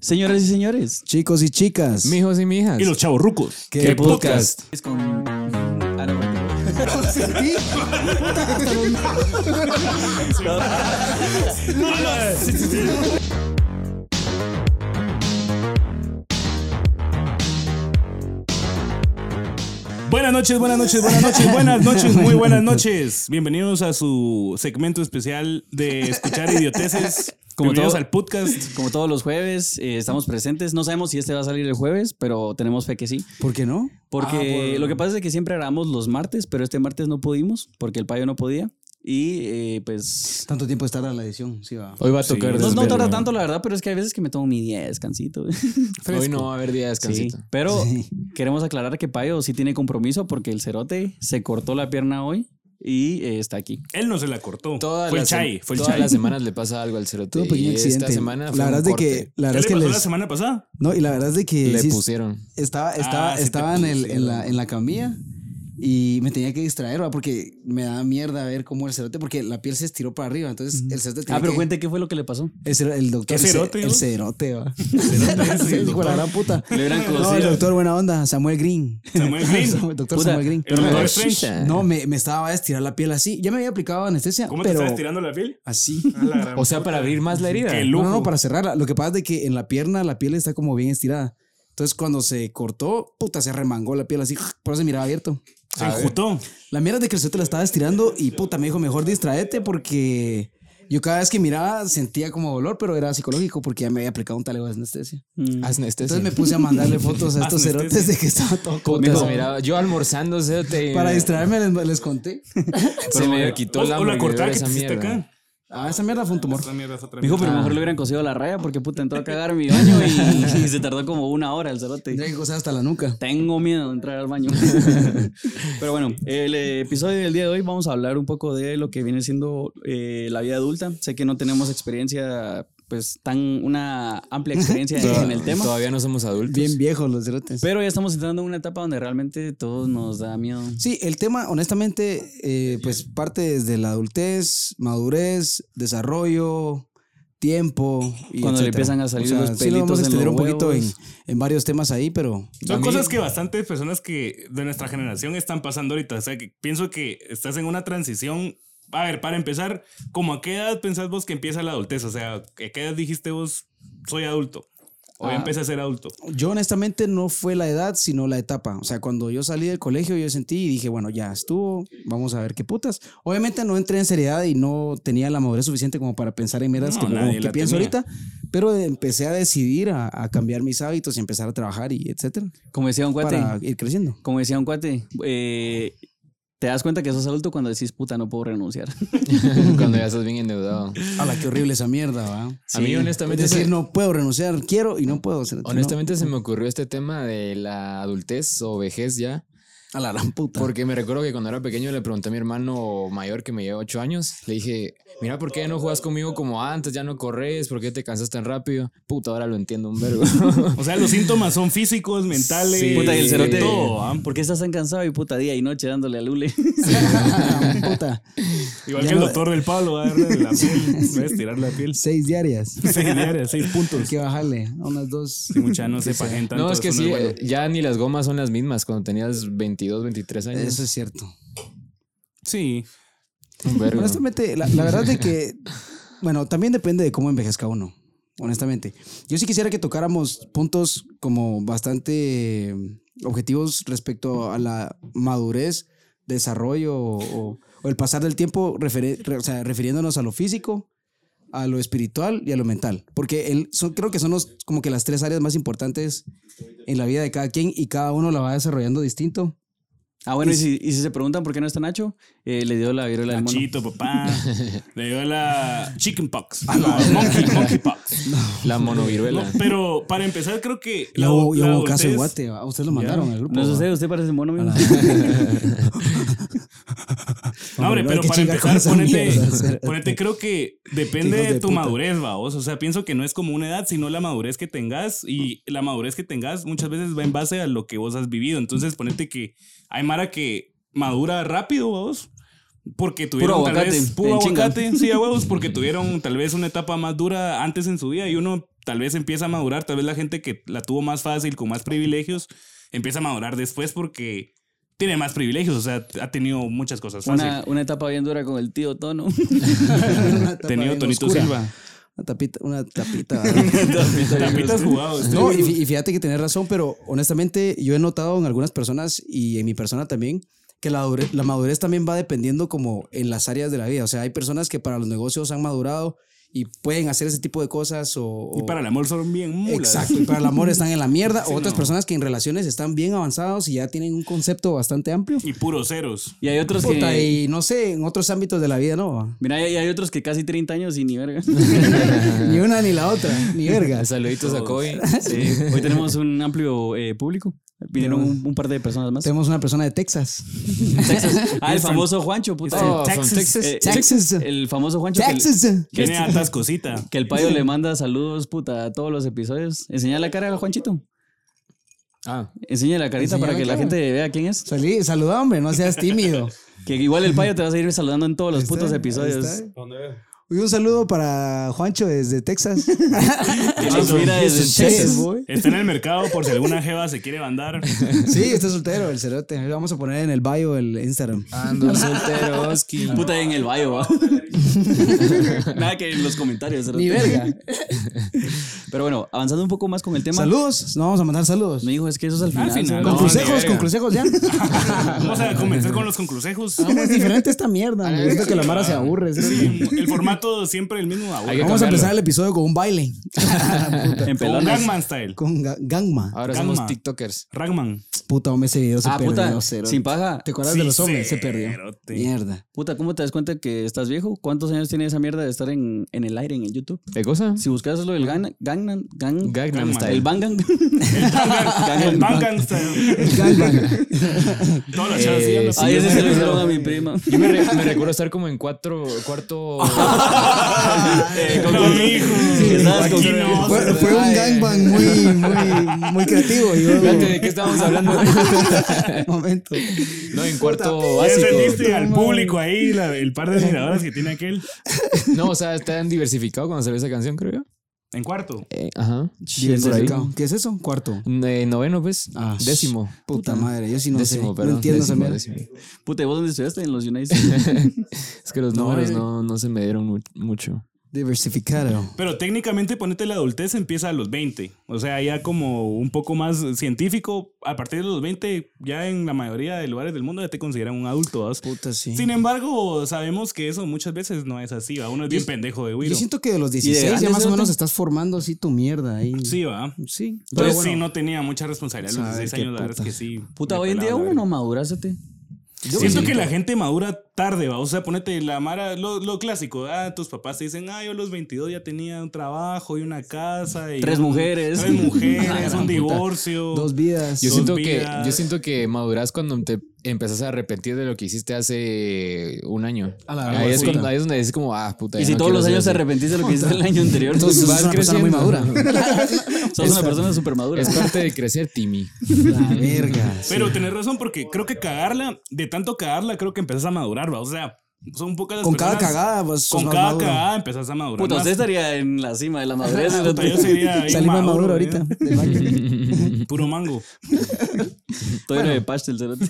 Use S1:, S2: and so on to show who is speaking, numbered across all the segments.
S1: Señoras y señores,
S2: Chicos y chicas.
S3: Mijos y mijas.
S4: Y los chavos rucos.
S2: ¿Qué,
S1: Es con. Ana Martín.
S4: Buenas noches, buenas noches, buenas noches, buenas noches, muy buenas noches. Bienvenidos a su segmento especial de escuchar idioteces.
S1: Como
S4: Bienvenidos
S1: todo-
S4: al podcast.
S1: Como todos los jueves, eh, estamos presentes. No sabemos si este va a salir el jueves, pero tenemos fe que sí.
S2: ¿Por qué no?
S1: Porque
S4: Ah, bueno.
S1: lo que pasa es que siempre grabamos los martes, pero este martes no pudimos porque el payo no podía. Y eh, pues.
S2: Tanto tiempo estar a la edición, sí va.
S3: Hoy va a
S4: Sí,
S3: tocar.
S1: No, no
S3: desvelo.
S1: tarda tanto, la verdad, pero es que hay veces que me tomo mi día de descansito.
S3: Hoy no va a haber día de
S1: Sí,
S3: descansito.
S1: pero queremos aclarar que Payo sí tiene compromiso porque el cerote se cortó la pierna hoy y eh, está aquí.
S4: Él no se la cortó.
S3: Todas
S4: fue el
S3: las-
S4: chai, fue el
S3: todas
S4: chai.
S3: las semanas le pasa algo al cerote.
S2: Tuve un pequeño
S3: y
S2: accidente.
S3: Esta semana fue
S2: la
S3: un
S2: verdad es de
S3: corte.
S2: que la
S4: ¿Qué
S2: verdad
S4: le
S2: es que
S4: pasó
S2: les-
S4: la semana pasada?
S2: no y la verdad es de que
S3: le
S2: sí,
S3: pusieron.
S2: estaba estaba
S4: Ah, sí te
S2: estaba en, el, en la en la camilla y me tenía que distraer ¿va? porque me daba mierda ver cómo el cerote porque la piel se estiró para arriba, entonces el cerote tenía
S1: Ah, pero
S2: que-
S1: cuente qué fue lo que le pasó.
S2: el, cer- el doctor
S4: ¿Qué
S2: el ce-
S4: cerote,
S2: el
S4: no?
S2: cerote va.
S4: ese, el
S2: Hijo de la gran puta.
S1: Le hubieran
S2: No, el
S1: cosido.
S2: doctor buena onda, Samuel Green.
S4: Samuel Green.
S2: Samuel- doctor
S1: Puta,
S2: Samuel Green.
S4: El doctor
S3: Ah,
S4: Strange.
S3: shisha.
S2: No, me, me estaba a estirar la piel así. Ya me había aplicado anestesia,
S4: Eh. ¿Cómo te
S2: pero
S4: estás tirando la piel?
S2: así.
S4: A la gran
S3: O sea, para abrir más la herida.
S4: Qué lujo.
S2: No, no, para cerrarla. Lo que pasa es de que en la pierna la piel está como bien estirada. Entonces cuando se cortó, puta, se remangó la piel así, por eso se miraba abierto.
S4: Se enjutó.
S2: La mierda es de que el cerote la estaba estirando y puta, me dijo, mejor distraete porque yo cada vez que miraba sentía como dolor, pero era psicológico porque ya me había aplicado un talego de anestesia.
S1: Mm.
S3: Haz anestesia.
S2: Entonces me puse a mandarle fotos a estos
S4: Anestesia.
S2: cerotes de que estaba todo
S3: Puta,
S2: conmigo.
S3: se miraba. Yo almorzando, cerote.
S2: Para este- distraerme les, les conté.
S3: Se me quitó
S4: o,
S3: la
S4: o la cortada
S3: mordedura
S4: que
S3: esa
S4: te hiciste acá.
S3: mierda.
S2: Ah, esa mierda fue un tumor.
S4: Esa mierda es otra
S1: Dijo, pero
S3: Ah.
S1: mejor le hubieran cosido la raya porque puta entró a cagar mi baño y, y se tardó como una hora el cerote.
S2: Tendría que gozar hasta la nuca.
S1: Tengo miedo de entrar al baño. Pero bueno, el eh, episodio del día de hoy vamos a hablar un poco de lo que viene siendo eh, la vida adulta. Sé que no tenemos experiencia, pues tan una amplia experiencia en el tema.
S3: Todavía no somos adultos.
S2: Ah, Bien viejos los cerotes.
S1: Pero ya estamos entrando en una etapa donde realmente todos nos da miedo.
S2: Sí, el tema, honestamente, eh, pues parte desde la adultez, madurez, desarrollo, tiempo. Y
S1: Cuando le
S2: etcétera.
S1: empiezan a salir los
S2: sí lo vamos
S1: pelitos
S2: a
S1: en
S2: extender
S1: los
S2: un poquito en,
S1: huevos.
S2: en varios temas ahí, pero
S4: Son
S3: A mí-
S4: cosas que bastantes personas que de nuestra generación están pasando ahorita. O sea, que pienso que estás en una transición. A ver, para empezar, ¿cómo a qué edad pensás vos que empieza la adultez? O sea, ¿a qué edad dijiste vos, soy adulto? O ya
S2: Ah.
S4: empecé a ser adulto.
S2: yo honestamente no fue la edad, sino la etapa. O sea, cuando yo salí del colegio, yo sentí y dije, bueno, ya estuvo, vamos a ver qué putas. Obviamente no entré en seriedad y no tenía la madurez suficiente como para pensar en mierdas
S4: No,
S2: como-
S4: nadie
S2: como que
S4: la
S2: pienso
S4: tenía.
S2: ahorita, pero empecé a decidir a, a cambiar mis hábitos y empezar a trabajar y etcétera,
S1: Como decía un cuate,
S2: para ir creciendo.
S1: como decía un cuate, eh, te das cuenta que sos adulto cuando decís, puta, no puedo renunciar.
S3: Cuando ya estás bien endeudado.
S2: A la que horrible esa mierda, ¿va?
S3: A mí,
S2: Es
S3: honestamente,
S2: decir,
S3: se-
S2: no puedo renunciar, quiero y no puedo. o sea, no.
S3: honestamente se me ocurrió este tema de la adultez o vejez ya.
S2: a la gran puta.
S3: Porque me recuerdo que cuando era pequeño le pregunté a mi hermano mayor que me lleva 8 años, le dije, mira, ¿por qué ya no juegas conmigo como antes? Ya no corres, ¿por qué te cansas tan rápido? Puta, ahora lo entiendo un vergo.
S4: O sea, los síntomas son físicos, mentales,
S3: Sí.
S1: Puta, y el
S3: Eh,
S1: cerote,
S4: todo. ¿ah?
S1: ¿por qué estás tan cansado y puta día y noche dándole a Lule?
S2: A la gran puta.
S4: Igual
S2: Ya
S4: que el
S2: no-
S4: doctor del Pablo, va a darle la piel, va a estirar la piel.
S2: Seis diarias.
S4: Seis diarias, seis
S2: Hay
S4: puntos.
S2: que bajarle a unas dos.
S4: Si mucha no se pajen tanto.
S3: no, es que
S4: eso
S3: sí,
S4: bueno.
S3: eh, ya ni las gomas son las mismas cuando tenías 22, 23 años.
S2: Eso es cierto.
S4: Sí.
S3: un vergo.
S2: Honestamente, la, la verdad de que, bueno, también depende de cómo envejezca uno. Honestamente, yo sí quisiera que tocáramos puntos como bastante eh, objetivos respecto a la madurez, desarrollo o, o- o el pasar del tiempo, referi- re- o sea, refiriéndonos a lo físico, a lo espiritual y a lo mental. Porque el, son, creo que son los, como que las tres áreas más importantes en la vida de cada quien y cada uno la va desarrollando distinto.
S1: Ah, bueno, y si, y si se preguntan por qué no está Nacho, eh, le dio la viruela del mono.
S4: Nachito, papá. Le dio la chicken pox.
S3: Ah,
S4: monkey, monkey pox.
S3: La monoviruela.
S4: No, pero para empezar, creo que.
S2: Yo hubo, ya
S4: la
S2: hubo caso en
S4: adultez-
S2: Guate, ¿va? ustedes lo mandaron al grupo.
S1: No sé
S2: ¿va?
S1: usted, usted parece mono, mijo.
S4: No, hombre,
S2: Hombre, no hay
S4: pero
S2: que
S4: para
S2: chingar con
S4: empezar,
S2: esa
S4: ponete,
S2: mierda, espérate.
S4: ponete, creo que depende
S2: Qué hijos
S4: de,
S2: de
S4: tu
S2: puta.
S4: madurez, vaos. O sea, pienso que no es como una edad, sino la madurez que tengas. Y la madurez que tengas muchas veces va en base a lo que vos has vivido. Entonces, ponete que hay Mara que madura rápido, vaos. Porque tuvieron tal
S1: aguacate,
S4: vez puro
S1: en chinga.
S4: aguacate, sí, a huevos, porque tuvieron tal vez una etapa más dura antes en su vida y uno tal vez empieza a madurar, tal vez la gente que la tuvo más fácil, con más privilegios, empieza a madurar después porque tiene más privilegios, o sea, ha tenido muchas cosas fáciles.
S1: Una, una etapa bien dura con el tío Tono.
S2: Una tapa
S4: tenido
S2: bien
S4: Tonito
S2: oscura.
S4: Silva.
S2: Una tapita, una tapita.
S4: Tapitas jugado. este.
S2: No, y, fí- y fíjate que tenés razón, pero honestamente yo he notado en algunas personas y en mi persona también que la, dure- la madurez también va dependiendo como en las áreas de la vida. O sea, hay personas que para los negocios han madurado y pueden hacer ese tipo de cosas o...
S4: Y
S2: o-
S4: para el amor son bien mulas.
S2: Exacto, y para el amor están en la mierda.
S4: Sí,
S2: o otras
S4: no.
S2: personas que en relaciones están bien avanzados y ya tienen un concepto bastante amplio.
S4: Y pues puros ceros.
S1: Y hay otros
S2: Puta,
S1: que.
S2: y no sé, en otros ámbitos de la vida no.
S1: Mira, y hay otros que casi 30 años y ni verga.
S2: ni una ni la otra, ni verga.
S3: Saluditos a Kobe.
S1: Sí, hoy tenemos un amplio eh, público. Vinieron un, un par de personas más.
S2: Tenemos Este una persona de Texas.
S1: Ah, el famoso Juancho, puta.
S3: Oh, from
S4: Texas.
S3: Texas.
S1: Eh,
S2: Este Texas.
S1: El famoso Juancho. que-
S2: Texas.
S1: Que, este-
S4: Tiene atas cosita.
S1: que el payo le manda saludos, puta, a todos los episodios. Enseña la cara a Juanchito.
S3: Ah,
S1: Enseña la carita
S2: Enseña
S1: para
S2: la
S1: que la
S2: cara.
S1: gente vea quién es.
S2: Salí, saluda, hombre, no seas tímido.
S1: Que igual el payo te va a seguir saludando en todos los
S2: Ahí está,
S1: putos
S2: ahí
S1: episodios.
S2: está. Y un saludo para Juancho desde Texas.
S1: Que nos mira desde
S2: Texas,
S1: Texas.
S2: boy.
S4: Está en el mercado por si alguna jeva se quiere mandar.
S2: Sí, está soltero, el cerote. Ahí Lo vamos a poner en el bio el Instagram.
S3: ando soltero, Oski.
S1: Puta en el baño, va. Nada que en los comentarios.
S2: Ni verga.
S1: Pero bueno, avanzando un poco más con el tema.
S2: Saludos, no vamos a mandar saludos.
S1: Me dijo, es que eso es al final.
S4: final.
S1: ¿sabes?
S2: Con
S4: No, ni
S2: crucejos,
S4: verga.
S2: con crucejos ya.
S4: Vamos a comenzar con los
S1: Ah,
S4: conclusejos.
S2: Vamos diferente a esta mierda. Me gusta que la Mara se aburre. ¿sí?
S4: Sí, el formato siempre el mismo. ah,
S3: Hay que
S4: abuelo.
S2: Vamos a
S3: cambiarlo.
S2: empezar el episodio con un baile. Puta.
S1: En
S4: Con
S1: pelones.
S4: Gangman Style.
S2: con ga- Gangma.
S3: Ahora
S4: Gamma.
S3: somos TikTokers.
S4: Ragman.
S2: Puta, hombre, ese video se
S1: Ah,
S2: perdió.
S1: puta,
S2: cerote.
S1: sin paja.
S2: ¿Te acuerdas
S4: Sí,
S2: de los hombres? Se perdió.
S4: cerote.
S2: Mierda.
S1: Puta, ¿cómo te das cuenta que estás viejo? ¿Cuántos años tiene esa mierda de estar en, en el aire, en el YouTube?
S3: ¿Qué cosa?
S1: Si buscas lo del Gangnam... Gangnam... Gang,
S3: Gangnam
S1: el
S4: Gamma.
S3: Style.
S1: Bangang.
S4: El Gangnam Style.
S2: Gangbang.
S4: Todos
S1: Eh,
S4: los chavos siguen los-
S3: Sí,
S1: Ahí
S3: yo
S1: ese
S3: me
S1: se lo
S3: recuerdo.
S1: hicieron a mi prima.
S3: Yo me, re- me recuerdo estar como en cuatro, cuarto.
S4: Eh, Lo dijo.
S1: Sí, estabas con-
S4: Aquí no.
S2: Fue, fue un gangbang muy, muy, muy creativo. Yo,
S3: Espérate, ¿de qué estábamos hablando?
S2: momento.
S3: No, en cuarto
S4: Ya
S3: básico.
S4: entendiste al público ahí, la- el par de admiradoras que tiene aquel.
S3: No, o sea, están diversificado cuando salió esa canción, creo yo.
S4: En cuarto.
S3: Eh, ajá.
S2: Diversificado. ¿Qué es eso? Cuarto.
S3: Eh, noveno, pues.
S2: Ah,
S3: décimo.
S2: Puta madre, yo sí no
S3: décimo,
S2: sé.
S3: perdón.
S2: no entiendo esa
S3: décimo,
S2: mierda.
S3: décimo.
S1: Puta, ¿y vos dónde estudiaste? En los United
S3: Es que los
S2: No,
S3: números
S2: eh.
S3: no, no se me dieron mu- mucho.
S2: Diversificado.
S4: Pero técnicamente ponete la adultez empieza a los 20. O sea, ya como un poco más científico, a partir de los 20 ya en la mayoría de lugares del mundo ya te consideran un adulto. ¿vas?
S2: Puta, sí.
S4: Sin embargo, sabemos que eso muchas veces no es así. ¿va? Uno es bien pendejo de
S2: Yo
S4: Wiro.
S2: siento que de los
S1: ¿Y de
S2: 16 ya
S1: grandes,
S2: más o menos
S1: Dante?
S2: estás formando así tu mierda ahí.
S4: Sí, va. Entonces
S2: Sí. Pero
S4: sí,
S2: bueno,
S4: no tenía mucha responsabilidad a los
S2: Saber
S4: 16
S2: qué
S4: años, la verdad es que
S2: putas.
S4: sí.
S1: Puta,
S4: me
S1: hoy en día
S4: pelaba, la
S1: uno madurázate.
S4: Yo Siento que la gente madura tarde, va. O sea, ponete la mara, lo, lo clásico. Ah, tus papás te dicen, ah, yo a los 22 ya tenía un trabajo y una casa. Y
S1: Tres
S4: un-
S1: mujeres.
S4: Tres
S1: Ah,
S4: mujeres,
S1: gran
S4: un
S1: puta.
S4: divorcio.
S2: dos vidas.
S3: Yo
S4: Dos
S3: siento, que,
S4: vidas.
S3: yo siento que maduras cuando te empezás a arrepentir de lo que hiciste hace un año.
S2: A la
S3: ahí, es
S2: puta.
S3: cuando, ahí es donde dices como, ah, puta.
S1: Y
S3: ya
S1: si
S3: no
S1: todos
S3: quiero
S1: los
S3: ser
S1: años te
S3: así.
S1: arrepentís de lo que hiciste el añño anterior,
S2: Entonces
S1: entonces
S2: vas una persona muy madura.
S1: sos una persona súper madura.
S3: Es parte de crecer, Timmy.
S2: La verga.
S4: Pero tenés razón, porque creo que cagarla, de tanto cagarla, creo que empezás a madurar, va. O sea, son pocas las
S2: Con cada
S4: personas-
S2: cagada, pues, sos
S4: Con
S2: más
S4: cada
S2: maduro.
S4: cagada empezás a madurar.
S1: Puta,
S4: más.
S1: usted estaría en la cima de la madurez. ¿no?
S4: Puta, yo sería bien
S2: Ah, Salimos
S4: maduro,
S2: maduro
S4: ¿eh?
S2: ahorita. del baile.
S4: Puro mango.
S1: Todo era de pastel, cerote.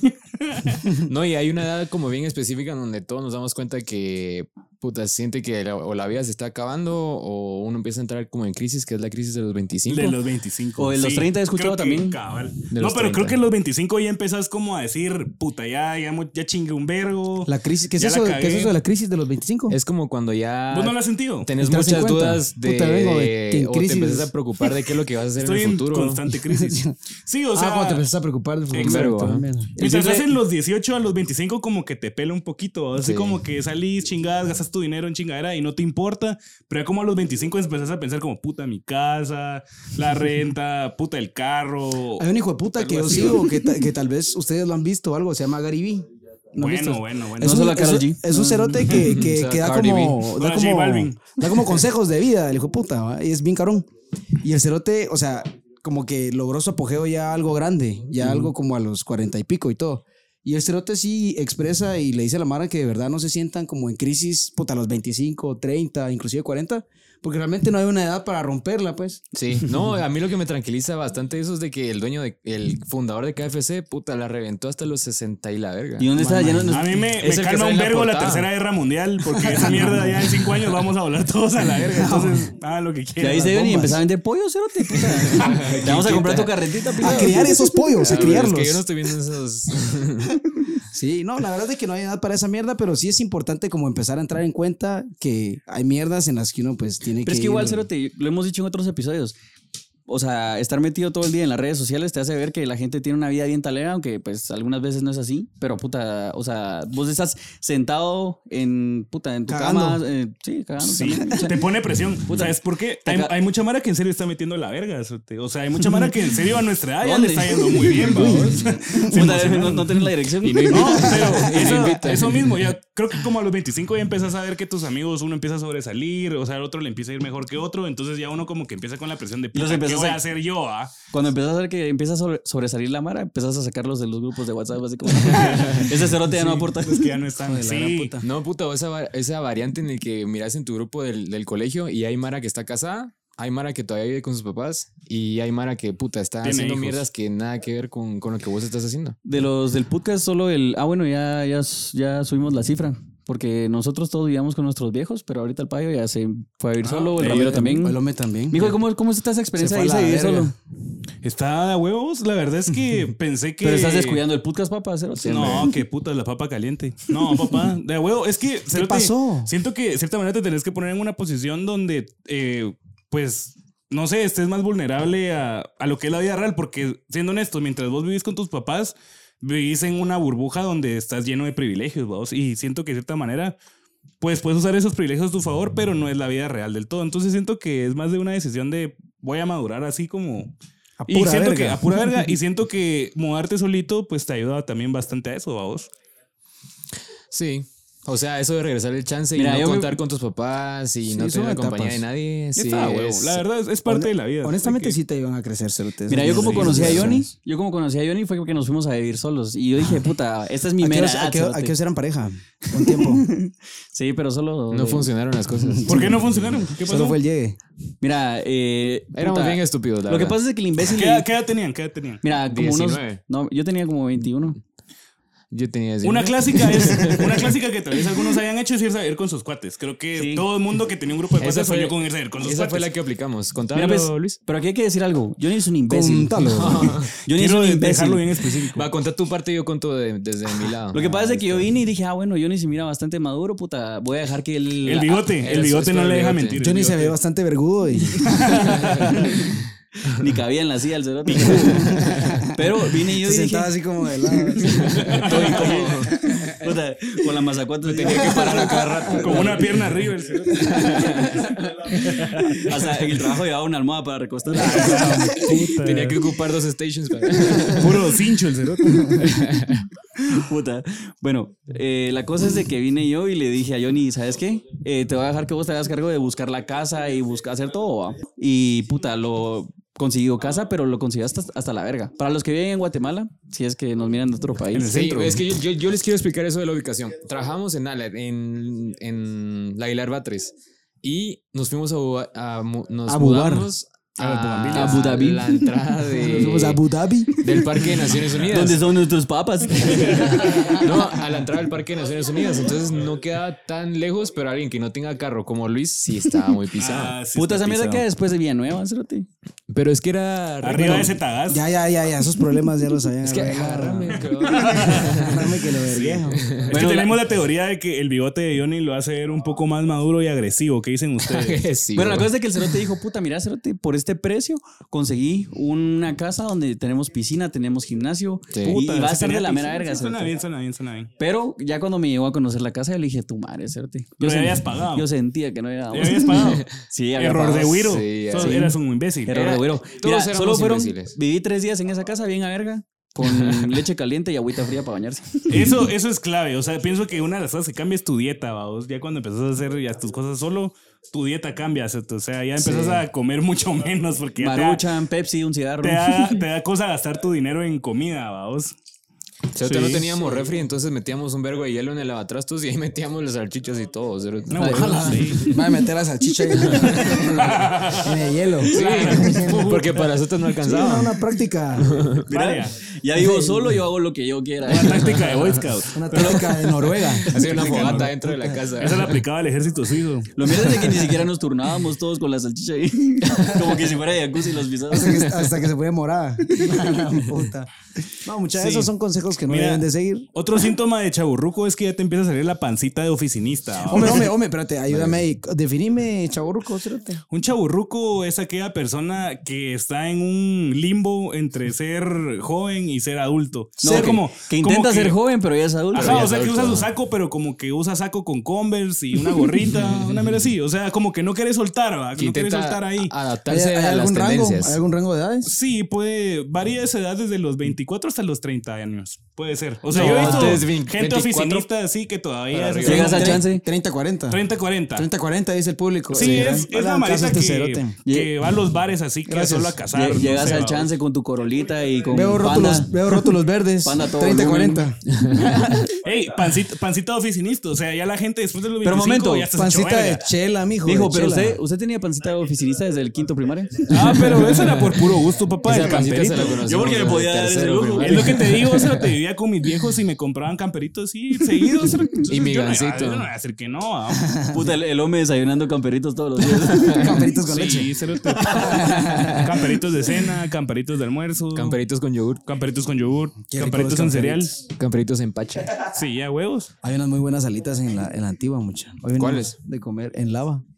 S3: No, y hay una edad como bien específica en donde todos nos damos cuenta que, puta, se siente que la- o la vida se está acabando o uno empieza a entrar como en crisis, que es la crisis de los 25.
S4: De los 25.
S1: O de los 30 he escuchado
S4: creo que
S1: también.
S4: cabal.
S3: De
S4: No,
S3: los
S4: pero creo
S3: 30.
S4: que en los 25 ya empezás como a decir, puta, ya, ya, mo- ya chingué un vergo.
S2: La crisis, ¿qué es,
S4: Ya la
S2: eso, de- ¿Qué es
S4: cagué.
S2: eso de la crisis de los 25?
S3: Es como cuando ya
S1: Ah,
S4: ¿Vos Pues no lo has sentido?
S3: tenés
S2: Estás
S3: muchas
S2: en cuenta.
S3: dudas de,
S2: Puta, vengo de- que en
S3: o
S2: crisis.
S3: te empiezas a preocupar de qué es lo que vas a hacer
S4: Estoy
S3: en el
S4: en
S3: futuro.
S4: constante crisis. Sí, o sea.
S2: ah, cuando te empiezas a preocupar del futuro.
S4: Exacto.
S2: Puta
S3: Ajá.
S2: mierda.
S4: Mientras estás en los 18 a los 25 como que te pela un poquito, así
S3: Sí.
S4: como que salís chingadas, gastas tu dinero en chingadera y no te importa, pero ya como a los 25 empezás a pensar como puta mi casa, la renta, puta el carro.
S2: Hay un hijo de puta que
S4: Algo
S2: yo
S4: así.
S2: sigo, que, ta- que tal vez ustedes lo han visto o algo, se llama Gary Vee. ¿No han
S4: bueno,
S2: visto?
S4: bueno, bueno.
S2: Es
S1: No
S2: un,
S1: solo a
S2: es
S1: Karol
S2: un-
S1: G.
S2: es un cerote que, que-
S3: sea,
S2: que da,
S3: Cardi
S2: como,
S4: B.
S2: da
S4: No, J
S2: como
S4: Balvin.
S2: da como consejos de vida, el hijo de puta, ¿va? y es bien carón. Y el cerote, o sea, como que logró su apogeo ya algo grande, ya algo como a los cuarenta y pico y todo. Y el cerote sí expresa y le dice a la Mara que de verdad no se sientan como en crisis, puta, a los 25, 30, inclusive 40, porque realmente no hay una edad para romperla, pues.
S3: Sí, no, a mí lo que me tranquiliza bastante eso es de que el dueño, de, el fundador de KFC, puta, la reventó hasta los 60 y la verga.
S1: ¿Y dónde está? Ya no- no-
S4: A mí me,
S3: Es
S4: me
S3: el que
S4: calma
S3: sale
S4: un
S3: en la
S4: vergo la,
S3: portada.
S4: tercera guerra mundial, porque esa mierda ya en cinco años vamos a volar todos a la verga. Entonces, ah, lo que
S1: Y
S4: quieras.
S1: ahí se ven y
S2: bombas.
S1: empezaba a vender pollo, cerote, puta. Te vamos a comprar tu carretita,
S2: A
S1: puta.
S2: criar esos pollos, a
S3: Ah, güey, es
S2: criarlos.
S3: que yo no estoy viendo esos.
S2: Sí, no, la verdad es que no hay edad para esa mierda, pero sí es importante como empezar a entrar en cuenta que hay mierdas en las que uno pues tiene
S1: Pero es que
S2: ir-
S1: igual, Cerote, lo hemos dicho en otros episodios. O sea, estar metido todo el día en las redes sociales te hace ver que la gente tiene una vida bien talera, aunque pues algunas veces no es así. Pero puta, o sea, vos estás sentado en puta, en tu
S2: Cagando.
S1: cama. eh, sí, cagando.
S4: Sí,
S1: también.
S4: te pone presión. ¿Sabes por qué? Hay,
S1: Acá-
S4: hay mucha mara que en serio está metiendo la verga. sote. O sea, hay mucha mara que en serio a nuestra edad ya
S1: ¿Dónde?
S4: le está yendo muy bien, babos. Se
S1: Puta,
S4: emocionaron.
S1: no, no tenés la dirección.
S4: No, pero
S3: Y
S4: eso,
S3: invitan.
S4: eso mismo, ya creo que como a los 25 ya empiezas a ver que tus amigos, uno empieza a sobresalir, o sea, el otro le empieza a ir mejor que otro, entonces ya uno como que empieza con la presión de,
S1: Los
S4: puta, ¿qué
S1: empezás
S4: voy
S1: a-
S4: a hacer yo? ah?
S1: Cuando empezás a ver que empieza a sobre- sobresalir la mara, empezás a sacarlos de los grupos de WhatsApp, así como. Ese cerote ya no aporta.
S4: Los que ya no están.
S1: Joder, la gran
S4: Sí,
S1: puta.
S3: No, puta, o esa, va- esa variante en el que miras en tu grupo del, del colegio y hay Mara que está casada, hay Mara que todavía vive con sus papás y hay Mara que, puta, está
S4: Tiene
S3: haciendo
S4: hijos.
S3: mierdas que nada que ver con, con lo que vos estás haciendo.
S1: De los del podcast, solo el. Ah, bueno, ya, ya, ya subimos la cifra. Porque nosotros todos vivíamos con nuestros viejos, pero ahorita el payo ya se fue a vivir solo, el
S4: el
S1: Ramiro
S4: hombre-
S1: también.
S2: El hombre también.
S1: Mijo, ¿cómo, ¿cómo está esa experiencia
S2: Se
S1: de irse
S2: fue a
S1: a
S2: la
S1: vivir
S2: verga.
S1: solo?
S4: está de huevos, la verdad es que pensé que...
S1: Pero estás descuidando el podcast, papá. Cero,
S4: No, qué puta la papa caliente. No, papá, de huevo. Es que, cerote,
S2: pasó?
S4: Siento que de cierta manera te tenés que poner en una posición donde, eh, pues, no sé, estés más vulnerable a, a lo que es la vida real. Porque, siendo honesto, mientras vos vivís con tus papás, vivís en una burbuja donde estás lleno de privilegios, vos. Y siento que de cierta manera, pues, puedes usar esos privilegios a tu favor, pero no es la vida real del todo. Entonces, siento que es más de una decisión de voy a madurar así como
S2: A
S4: y
S2: pura
S4: siento
S2: verga.
S4: que a pura verga y siento que mudarte solito pues te ayuda también bastante a eso, vamos.
S3: Sí. O sea, eso de regresar el chance
S1: Mira,
S3: y
S1: yo
S3: no
S1: me-
S3: contar con tus papás y
S2: Sí,
S3: no
S2: son
S3: tener la compañía
S2: etapas.
S3: de nadie.
S4: Sí,
S3: Sí,
S4: está, huevo.
S3: es-
S4: La verdad es, es parte de la vida.
S2: Honestamente
S4: Así que-
S2: sí te iban a crecer cerotes.
S1: Mira, yo como
S4: Sí,
S1: conocí a
S4: sí,
S1: Johnny, yo como conocí a Johnny fue porque nos fuimos a vivir solos. Y yo dije, puta, esta es mi
S2: ¿A qué
S1: mera.
S2: horas- a
S1: edad,
S2: qué- a
S1: cerote.
S2: qué horas eran pareja? Un tiempo.
S1: Sí, pero solo.
S3: No funcionaron las cosas.
S4: ¿Por qué no funcionaron? ¿Qué pasó?
S2: Solo fue el llegue.
S1: Mira, eh.
S3: Éramos
S1: puta,
S3: bien estúpidos, la
S1: Lo que
S3: verdad.
S1: pasa es que el imbécil.
S4: ¿Qué,
S1: le-
S4: edad- qué edad tenían? ¿Qué edad tenían?
S1: Mira, como unos.
S3: 19.
S1: No, yo tenía como 21.
S3: Yo tenía
S4: Una
S3: 19.
S4: clásica es una clásica que tal vez algunos hayan hecho es irse a ver con sus cuates. Creo que
S1: Sí.
S4: todo el mundo que tenía un grupo de
S3: Esa
S4: cuates
S3: fue-
S4: soñó con irse a ver con sus
S3: Esa fue
S4: cuates.
S3: la que aplicamos.
S1: Mira,
S3: Contalo,
S1: pues,
S3: Luis.
S1: pero aquí hay que decir algo. Johnny es un imbécil.
S2: Contalo.
S1: Johnny es
S4: Quiero
S1: un imbécil.
S4: dejarlo bien específico.
S3: Va, contá tu parte y yo conto de- desde mi lado.
S1: Lo que pasa es que yo vine y dije, ah, bueno, Johnny se mira bastante maduro, puta. Voy a dejar que él.
S4: El bigote, el
S3: Eso,
S4: bigote
S3: espero
S4: no
S3: el
S4: le deja
S3: bigote.
S4: mentir. el
S2: Johnny se
S4: bigote.
S2: ve bastante vergudo y
S1: Ni cabía en la silla el cerote. Pero vine y yo
S2: se
S1: y dije,
S2: sentaba así como de lado. así.
S1: todo incómodo. Puta, con la mazacuata tenía que parar a cada rato.
S4: con una pierna arriba. el cerote.
S1: O sea, en el trabajo llevaba una almohada para recostarla. Ah,
S3: Tenía que ocupar dos stations. para-
S4: Puro cincho el cerote.
S1: Puta. Bueno, eh, la cosa es de que vine yo y le dije a Johnny, ¿sabes qué? Eh, te voy a dejar que vos te hagas cargo de buscar la casa y buscar hacer todo. ¿va?". Y puta, lo consiguió casa, pero lo consiguió hasta, hasta la verga. Para los que viven en Guatemala, si es que nos miran de otro país.
S4: el
S3: Sí,
S4: centro.
S3: es que yo, yo- yo les quiero explicar eso de la ubicación. Trabajamos en Ala- en, en la Aguilar Batres y nos fuimos a, Bu- a, mu- nos
S2: A Bubar.
S3: mudamos
S4: A ver,
S3: a,
S1: Abu Dhabi.
S3: la entrada
S2: Nos fuimos a
S3: de,
S2: Abu Dhabi.
S3: del Parque de Naciones Unidas.
S1: ¿Dónde son nuestros papas?
S3: No, a la entrada del Parque de Naciones Unidas. Entonces no queda tan lejos, pero alguien que no tenga carro como Luis sí está muy pisado.
S4: Ah, sí
S1: Puta,
S4: está
S1: esa mierda
S4: pisado.
S1: que después de Villanueva, cerote.
S3: Pero es que era.
S4: Arriba de
S3: bueno,
S4: ese tagaz.
S2: Ya, ya, ya, ya. Esos problemas ya los habían
S3: Es que
S2: arreglado.
S3: agárrame, cabrón.
S2: Agárrame que lo vergueo.
S4: Es
S1: Bueno,
S4: que
S1: la-
S4: tenemos la... teoría de que el bigote de Johnny lo hace ver un poco más maduro y agresivo. ¿Qué dicen ustedes?
S3: Sí,
S1: bueno, la
S3: güey.
S1: cosa es que el cerote dijo, puta, mira, cerote, por este precio conseguí una casa donde tenemos piscina, tenemos gimnasio
S3: Sí.
S1: y-
S4: Puta,
S1: y, va a
S4: si
S1: estar de
S4: tenía
S1: la mera
S4: piscina,
S1: verga.
S4: sí, Suena
S1: cerote.
S4: bien, suena bien, suena bien.
S1: Pero ya cuando me llegó a conocer la casa, yo le dije, tu madre, cerote.
S4: Pero ya
S1: sen-
S4: habías pagado.
S1: Yo sentía que no era
S4: ¿Ya habías pagado?
S1: Sí, había
S4: Error
S1: pagado.
S4: de Wiro.
S3: Sí,
S4: Sos-
S3: sí.
S4: Eras un imbécil.
S1: Error de güero. Mira,
S3: éramos
S1: solo fueron,
S3: imbéciles.
S1: viví tres días en esa casa, bien a verga, con leche caliente y agüita fría para bañarse.
S4: Eso, eso es clave. O sea, pienso que una de las cosas que cambia es tu dieta, vaos. Ya cuando empezás a hacer ya tus cosas solo, tu dieta cambia. O sea, tú- o sea, ya empezás
S3: Sí.
S4: a comer mucho menos porque ya te da-
S1: Maruchan, Pepsi, un cigarro.
S4: te da, te da cosa gastar tu dinero en comida, vaos.
S3: Cerote, no
S4: Sí.
S3: teníamos refri, entonces metíamos un vergo de hielo en el lavatrastos y ahí metíamos las salchichas y todo. cerote.
S4: No, ojalá. Sí.
S2: Va a meter la salchicha en en el hielo.
S3: Sí, porque para nosotros no
S2: Sí, no,
S3: alcanzaba.
S2: una práctica,
S1: Mira,
S4: Vaya.
S1: ya vivo solo, yo hago lo que yo quiera.
S4: Una táctica de Boy Scout.
S2: una práctica de Noruega.
S3: Hacía una
S4: Explícanos.
S3: fogata dentro de la casa.
S4: Esa la aplicaba el ejército suizo.
S1: Lo mierda es de que ni siquiera nos turnábamos todos con la salchicha ahí. Como que si fuera jacuzzi los pisados.
S2: Hasta que, hasta que se pone morada. La puta. No, muchas
S4: Sí.
S2: de esos son consejos que no
S4: Mira.
S2: deben de seguir.
S4: Otro síntoma de chaburruco es que ya te empieza a salir la pancita de oficinista. ¿va?
S2: Hombre, hombre, hombre, espérate, ayúdame ahí. Definime, chaburruco, espérate.
S4: Un chaburruco es aquella persona que está en un limbo entre ser joven y ser adulto.
S1: No,
S4: Ser
S1: que,
S4: como-
S1: que intenta
S4: como que-
S1: ser joven, pero ya es adulto.
S4: Ajá,
S3: ya
S4: o sea, que
S3: adulto,
S4: usa su
S3: ¿no?
S4: saco, pero como que usa saco con Converse y una gorrita, una mera así. O sea, como que no quiere soltar, ¿va? Que
S3: Que
S4: no quiere
S3: intenta
S4: soltar ahí.
S2: ¿Hay,
S3: adaptarse
S2: hay
S3: a las
S2: algún rango?
S3: tendencias.
S2: ¿Hay algún rango de edades?
S4: Sí, puede, varía esa edad desde los 24 hasta los 30 años. Puede ser. O sea,
S3: No,
S4: yo he visto
S3: ustedes vein-
S4: gente
S3: 24
S4: oficinista así que todavía
S3: para
S4: es así,
S3: arriba.
S1: Llegas a
S2: Tre-
S1: chance.
S2: 30, 40.
S4: 30, 40.
S2: 30, 40, dice el público.
S4: Sí, es, es la marita
S2: este
S4: que, que va a los bares así que
S2: Gracias.
S4: solo a cazar.
S1: Lle-
S4: no
S1: Llegas
S4: sé,
S1: al
S4: va.
S1: chance con tu corolita y con
S2: Veo
S1: panda.
S2: rótulos, veo rótulos verdes.
S1: Panda todo
S2: 30,
S1: volumen.
S2: 40.
S4: Ey, pancita, pancita de oficinista. O sea, ya la gente después de los 25
S1: Pero momento,
S4: ya está
S2: Pancita de chela, mijo.
S1: Dijo,
S2: de
S1: pero
S2: chela.
S1: usted, usted tenía pancita de oficinista desde el quinto primario.
S4: Ah, pero esa era por puro gusto, papá.
S3: Esa
S4: el
S3: pancita se la
S4: camperito.
S3: conocemos
S1: Yo porque le
S3: desde
S1: podía dar ese
S3: tercero
S1: lujo.
S4: Es
S3: primario.
S4: lo que te digo, o sea, te vivía con mis viejos y me compraban camperitos así seguidos. Entonces,
S3: Y mi
S4: yo no iba-
S3: gansito.
S4: yo No, voy a decir que no. ah.
S1: Puta, el, el hombre desayunando camperitos todos los días.
S2: Camperitos con
S4: Sí,
S2: leche.
S4: cerote. camperitos de cena, camperitos de almuerzo,
S3: Camperitos con yogur,
S4: camperitos con yogur,
S2: Qué rico
S4: camperitos
S2: los
S4: en cereal.
S2: camperitos.
S3: camperitos en pacha.
S4: Sí, ya huevos.
S2: Hay unas muy buenas alitas en la, en la antigua, mucha. Hay unas
S3: ¿Cuáles?
S2: De comer en lava. Mm,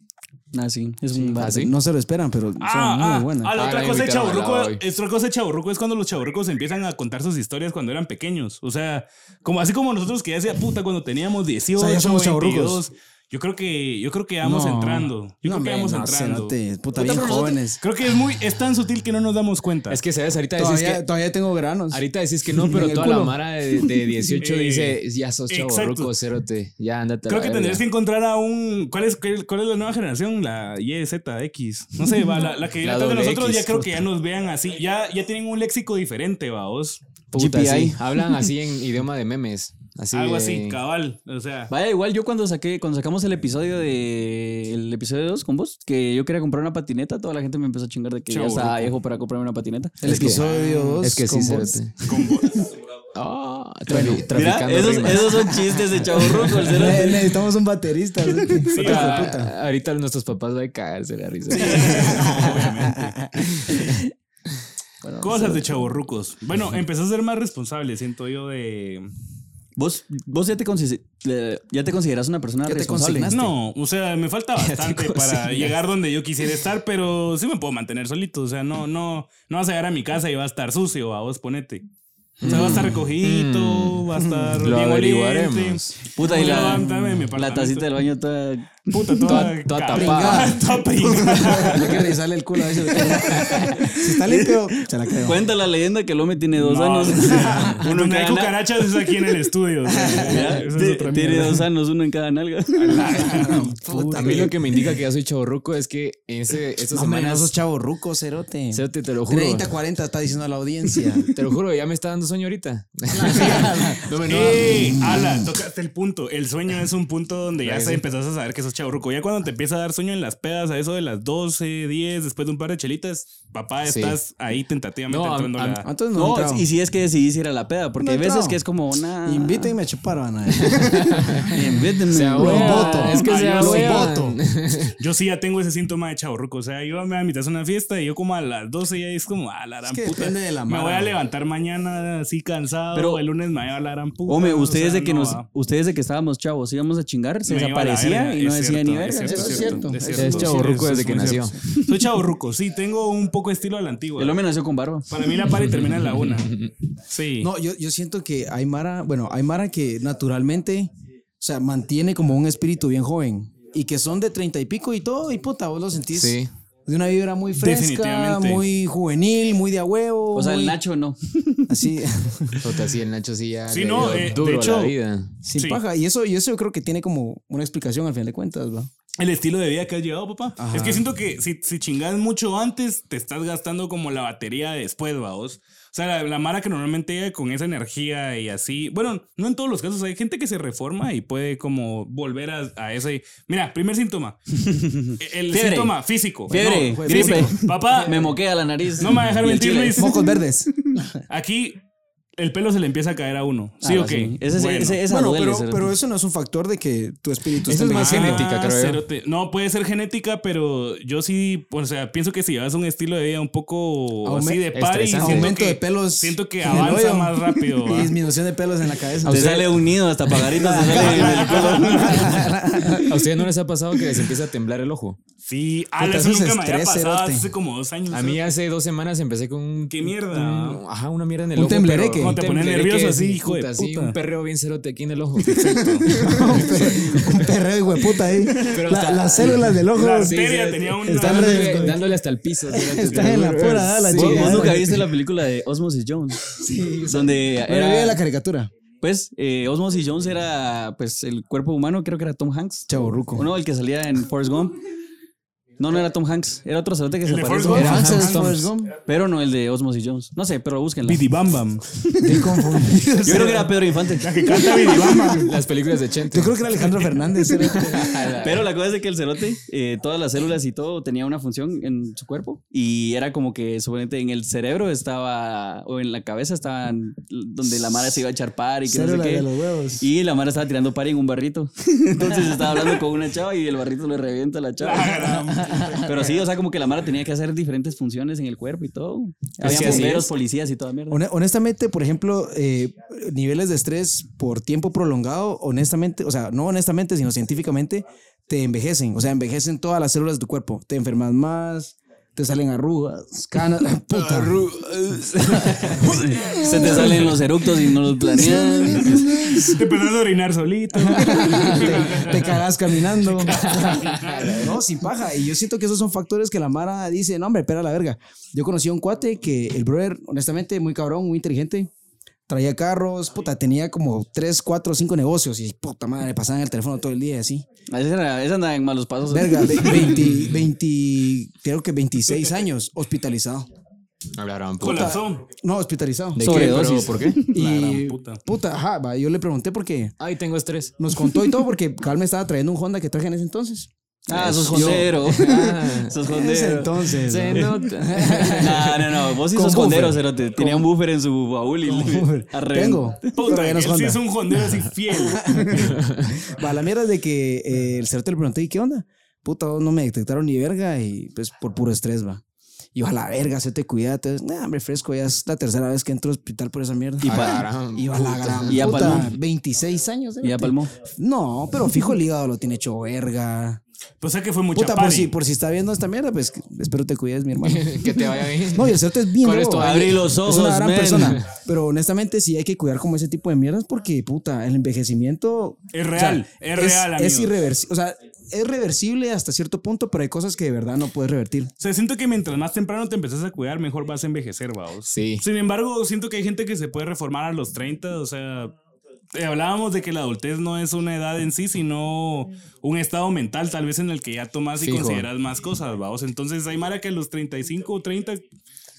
S1: Ah, sí. Es un bar.
S3: ¿Ah, sí?
S2: No se lo esperan, pero son
S4: Ah, ah,
S2: muy buenas.
S4: ah, la
S3: Ah,
S4: otra
S3: la
S4: cosa de
S3: invitaron a la
S4: chaburruco,
S3: hoy.
S4: otra cosa de chaburruco es cuando los chaburrucos empiezan a contar sus historias cuando eran pequeños. O sea, como así como nosotros que ya decía puta cuando teníamos 18,
S2: O sea, ya somos chavorrucos.
S4: 22. Yo creo que yo creo que vamos
S2: No.
S4: entrando. Yo
S2: No,
S4: creo que
S2: hombre,
S4: vamos
S2: no,
S4: entrando.
S2: cerote, puta,
S4: Puta,
S2: bien
S4: pero nosotros-
S2: jóvenes.
S4: Creo que es muy es tan sutil que no nos damos cuenta.
S3: Es que sabes, ahorita decís
S2: Todavía,
S3: que
S2: todavía tengo granos.
S3: ahorita decís que no,
S2: En
S3: pero
S2: el
S3: toda la
S2: culo.
S3: mara de, de 18
S4: Eh,
S3: dice, ya sos chavo
S4: exacto.
S3: ruco, cérote, ya ándate. a
S4: Creo
S3: la
S4: que
S3: verga".
S4: tendrías que encontrar a un. ¿Cuál es, qué- cuál es la nueva generación? La YZX. No sé, va, la, la que viene
S3: La
S4: atrás de
S3: doble
S4: nosotros
S3: X,
S4: ya creo que ya nos vean así. Ya, ya tienen un léxico diferente, vaos.
S3: Puta,
S1: GPI.
S3: sí. Hablan así en idioma de memes. Así
S4: Algo
S3: de-
S4: así, cabal. O sea.
S1: Vaya, igual yo cuando saqué, cuando sacamos el episodio de el episodio 2 con vos, que yo quería comprar una patineta, toda la gente me empezó a chingar de que ya
S4: Chaburruco.
S1: estaba viejo para comprarme una patineta.
S2: El
S3: Es que-
S2: episodio 2.
S3: Es que sí, cérote.
S4: Con voz.
S3: Ah, trafi-
S1: Mira,
S3: traficando
S1: esos,
S3: rimas.
S1: esos son chistes de chavo ruco, el cerote.
S2: necesitamos un baterista. ¿sí?
S4: Sí,
S2: Hijo de
S3: Ah,
S2: puta.
S3: ahorita nuestros papás van a cagarse de la risa.
S1: Bueno,
S4: Cosas de chavorrucos. Bueno, empezó a ser más responsable, siento yo, de.
S1: Vos, vos ya, te consi- eh, ya te consideras una persona
S2: Ya te
S1: responsable.
S2: consignaste.
S4: Pues No, o sea, me falta bastante para llegar donde yo quisiera estar, pero sí me puedo mantener solito. O sea, no, no, no vas a llegar a mi casa y va a estar sucio, a vos ponete. O sea, va a
S1: Mm,
S4: estar recogidito, va a estar.
S3: Lo
S4: bien
S3: averiguaremos.
S4: oliente.
S1: Puta, y
S4: Voy a
S1: la,
S4: levantarme de mi
S1: la
S4: apartamento.
S1: tacita del baño toda...
S4: Puta, toda,
S3: Toda- toda
S2: tapada.
S4: tapada. Toda pringada.
S2: Hay que revisarle el culo a veces. Si está limpio, se la creo.
S1: Cuenta la leyenda que el hombre tiene dos
S4: No,
S1: años.
S4: Uno
S1: Uno en
S4: hay
S1: cada nalga.
S4: cucarachas es aquí en el estudio. o sea,
S1: Ya,
S4: esa es
S1: te-
S4: otra
S1: Tiene
S4: mierda.
S1: dos años, uno en cada nalga.
S3: A mí lo que me indica que ya soy chavorruco es que ese, estas
S2: No, man,
S3: semanas.
S2: esos chavos rucos, cerote.
S3: Cerote, te lo juro.
S2: 30, 40 está diciendo la audiencia.
S3: Te lo juro, ya me está dando sueño ahorita. no
S2: Eh,
S3: me no.
S4: ¡Ey! Ala, tocaste el punto. El sueño es un punto donde ya
S3: Ahí
S4: se
S3: sí.
S4: empezás a saber que sos chaburruco. Ya cuando te empieza a dar sueño en las pedas, a eso de las 12, 10, después de un par de chelitas, papá,
S3: Sí.
S4: estás ahí tentativamente
S3: No, a-
S4: entrando a,
S3: a-
S4: la.
S2: Entonces no,
S1: No,
S2: entraba.
S1: y si es que decidís ir a la peda, porque
S2: No
S1: hay veces
S2: entraba.
S1: que es como una.
S2: Invítenme a chupar, van a
S1: Invítenme.
S3: Se
S1: bro.
S3: agüean.
S2: voto.
S1: ah,
S3: Es que se
S4: Adiós,
S3: agüean.
S2: voto.
S4: Yo sí ya tengo ese síntoma de chaburruco. O sea, yo me invitas a una fiesta y yo como a las 12 ya es como, a la gran
S2: que
S4: puta.
S2: depende de la
S4: me
S2: mara,
S4: voy a
S2: ¿no?
S4: levantar mañana así cansado. Pero
S1: Pero-
S4: el lunes me voy a la gran puta.
S1: Hombre,
S4: o
S1: ustedes
S4: sea,
S1: de que
S4: no ah.
S1: nos,
S4: va.
S1: ustedes de que estábamos chavos, íbamos a chingar, se
S4: Me iba a la
S1: desaparecía
S4: verga,
S1: y no
S4: es
S1: decía ni
S4: cierto,
S1: verga.
S2: Eso es cierto.
S4: es
S2: Es
S4: cierto, sí,
S3: chavorruco
S4: eso
S3: desde
S4: es
S3: que
S4: muy
S3: nació.
S4: cierto. Soy chavorruco, sí, tengo un poco estilo a la antigua.
S1: El hombre nació con barba.
S4: Para mí la party termina en la una. Sí.
S2: No, yo, yo siento que hay Mara, bueno, hay Mara que naturalmente, o sea, mantiene como un espíritu bien joven y que son de treinta y pico y todo, y puta, vos lo sentís
S3: Sí.
S2: de una vibra muy fresca,
S4: Definitivamente.
S2: muy juvenil, muy de a huevo.
S1: O sea, el
S2: muy-
S1: Nacho no.
S2: Así,
S3: Puta, sí, el Nacho sí ya.
S4: Sí,
S3: le
S4: no,
S3: dio
S4: eh, de
S3: duro a
S4: hecho-
S3: la vida.
S2: sin
S4: Sí.
S2: paja. Y eso, y eso yo creo que tiene como una explicación al final de cuentas, ¿va?
S4: el estilo de vida que has llevado, papá.
S2: Ajá.
S4: Es que siento que si, si chingas mucho antes, te estás gastando como la batería de después, vaos. O sea, la, la Mara que normalmente llega con esa energía y así. Bueno, no en todos los casos. Hay gente que se reforma y puede como volver a, a ese. Mira, primer síntoma. El
S1: Fiebre.
S4: síntoma físico.
S1: Fiebre,
S4: No, pues,
S1: gripe.
S4: físico. Papá,
S1: Me moquea la nariz.
S4: no me va a dejar
S1: Y el
S4: mentir,
S1: chile.
S4: Luis.
S2: Mocos verdes.
S4: Aquí el pelo se le empieza a caer a uno. Sí
S1: Ah,
S4: o qué.
S1: Ese,
S4: Bueno.
S1: ese- esa
S2: bueno,
S1: duele,
S2: pero,
S1: cerote.
S2: pero eso no es un factor de que tu espíritu
S3: Eso
S2: esté
S3: es más
S2: envejeciendo.
S3: genético. genética, creo yo.
S4: Ah, cerote. No, puede ser genética, pero yo sí, o sea, pienso que si llevas un estilo de vida un poco
S2: Aume-
S4: así de party,
S3: estresante.
S4: siento
S2: Aumento
S4: que-
S2: de pelos.
S4: Siento que
S2: en el
S4: avanza
S2: hoyo.
S4: más rápido.
S2: Y
S4: ¿va?
S2: disminución de pelos en la cabeza.
S1: Te sale un nido hasta pajaritos. te salen en el
S3: ¿A ustedes no les ha pasado que les empieza a temblar el ojo?
S4: Sí, ah,
S2: Puta, eso
S4: eso
S2: es
S4: nunca me había
S2: estrés,
S4: pasado
S2: cerote.
S4: hace como dos años.
S3: A mí hace dos semanas empecé con un...
S4: ¿Qué mierda?
S3: un- ajá, una mierda en el
S2: Un
S3: ojo.
S2: temblereque.
S3: pero-
S2: Cuando
S4: te pones
S3: temblereque,
S4: nervioso
S3: sí,
S4: así, hijo de
S3: sí,
S4: puta.
S3: un perreo bien cerote aquí en el ojo.
S2: un perreo hijo de puta ahí.
S3: Pero
S2: La-
S3: hasta-
S2: las células del ojo.
S4: La
S2: Sí.
S4: arteria
S3: sí,
S4: tenía un.
S2: está
S3: dándole, dándole hasta el piso. cerote.
S2: Está en la pura, ah, la
S1: ¿Vos, vos
S2: chingada.
S1: nunca viste la película de Osmosis Jones? Donde
S2: Bueno,
S1: era-
S2: vive la caricatura.
S1: pues, eh, Osmosis Jones era, pues, el cuerpo humano, creo que era Tom Hanks.
S2: Chavorruco.
S1: ¿O no? El que salía en Forrest Gump. No, no era Tom Hanks. Era otro cerote que se
S4: de
S1: parece.
S4: Forrest Gump?
S2: Era
S1: Era
S2: Hanks
S1: Hanks,
S2: and Forrest Gump.
S1: Pero no el de Osmosis Jones. No sé, pero búsquenla.
S4: Bidi Bam Bam.
S2: Estoy confundido.
S1: Yo creo que era Pedro Infante.
S4: La que canta Bidi Bam Bam.
S3: Las películas de Chente.
S2: Yo creo que era Alejandro Fernández. era-
S1: Pero la cosa es de que el cerote, eh, todas las células y todo tenía una función en su cuerpo y era como que suponente en el cerebro estaba o en la cabeza estaban donde la mara se iba a echar par y que no
S2: Célula
S1: sé
S2: de
S1: qué.
S2: los huevos.
S1: Y la mara estaba tirando par en un barrito. Entonces estaba hablando con una chava y el barrito le revienta a la chava. Pero sí, o sea, como que la mara tenía que hacer diferentes funciones en el cuerpo y todo. Había
S3: que así
S1: bomberos,
S3: es.
S1: policías y toda mierda.
S2: Hone- Honestamente, por ejemplo, eh, niveles de estrés por tiempo prolongado, honestamente, o sea, no honestamente, sino científicamente, te envejecen. O sea, envejecen todas las células de tu cuerpo. Te enfermas más, te salen arrugas, canas. puta.
S1: Se te salen los eructos y no los planeas.
S4: Te empezás a orinar solito.
S2: te, te cagas caminando. no, sin paja. Y yo siento que esos son factores que la Mara dice, no, hombre, espera la verga. Yo conocí a un cuate que el brother, honestamente, muy cabrón, muy inteligente. Traía carros, puta, tenía como 3, 4, 5 negocios y puta madre, pasaban el teléfono todo el día y así.
S1: Esa era- esa andaba en malos pasos.
S2: Verga, ve- 20, 20, creo que 26 años, hospitalizado.
S3: Hablaron puta.
S4: Colapsó.
S2: No, hospitalizado.
S3: ¿De qué?
S1: Sobredosis.
S3: ¿Pero ¿Por qué?
S4: La
S2: Y
S4: gran puta.
S2: puta, ajá, va, yo le pregunté por qué.
S3: Ay, tengo estrés.
S2: Nos contó y todo porque Carl me estaba trayendo un Honda que traje en ese entonces.
S1: Ah, sos
S2: Yo-
S1: jondero.
S3: Ah,
S1: sos
S2: En ese
S1: jondero.
S2: entonces.
S3: Se
S2: ¿no?
S3: nota.
S1: No, no, no. Vos sí
S2: Con
S1: sos jondero,
S2: buffer.
S1: cerote. Tenía un buffer en su baúl y Arre-
S2: Tengo. pero
S4: Puta,
S2: ya no
S4: él
S2: es
S4: sí
S2: Honda.
S4: es un jondero así fiel.
S2: Va, la mierda es de que eh, el cerote le pregunté, ¿y qué onda? Puta, no me detectaron ni verga y pues por puro estrés, va. Y yo, a la verga, se te cuida. Entonces, nah, hombre, fresco, ya es la tercera vez que entro al hospital por esa mierda.
S1: Y, pa-
S3: Agarraron.
S2: Y yo, a la gran
S1: Y ya
S2: puta,
S1: palmó.
S2: 26 años.
S1: y ya
S2: cerote.
S1: palmó.
S2: No, pero fijo el hígado lo tiene hecho verga.
S4: Pues, O sea que fue mucha
S2: Puta, por si,
S4: party.
S2: por si está viendo esta mierda, pues que- espero te cuides, mi hermano.
S3: que te vaya bien.
S2: No, y el cerote es bien
S3: ¿Cuál es
S2: loco.
S3: tu-
S1: Abrí los
S2: Es
S1: ojos,
S2: una gran
S1: men.
S2: persona. Pero honestamente, sí hay que cuidar como ese tipo de mierdas porque, puta, el envejecimiento.
S4: Es real, es real,
S2: Es,
S4: amigos.
S2: irreversible. O sea, es reversible hasta cierto punto, pero hay cosas que de verdad no puedes revertir.
S4: O sea, siento que mientras más temprano te empezás a cuidar, mejor vas a envejecer, vaos.
S3: Sí.
S4: Sin embargo, siento que hay gente que se puede reformar a los 30, o sea, eh, hablábamos de que la adultez no es una edad en sí, sino un estado mental tal vez en el que ya tomas y
S3: Fijo.
S4: consideras más cosas, vaos. Entonces, hay Mara que a los 35 o 30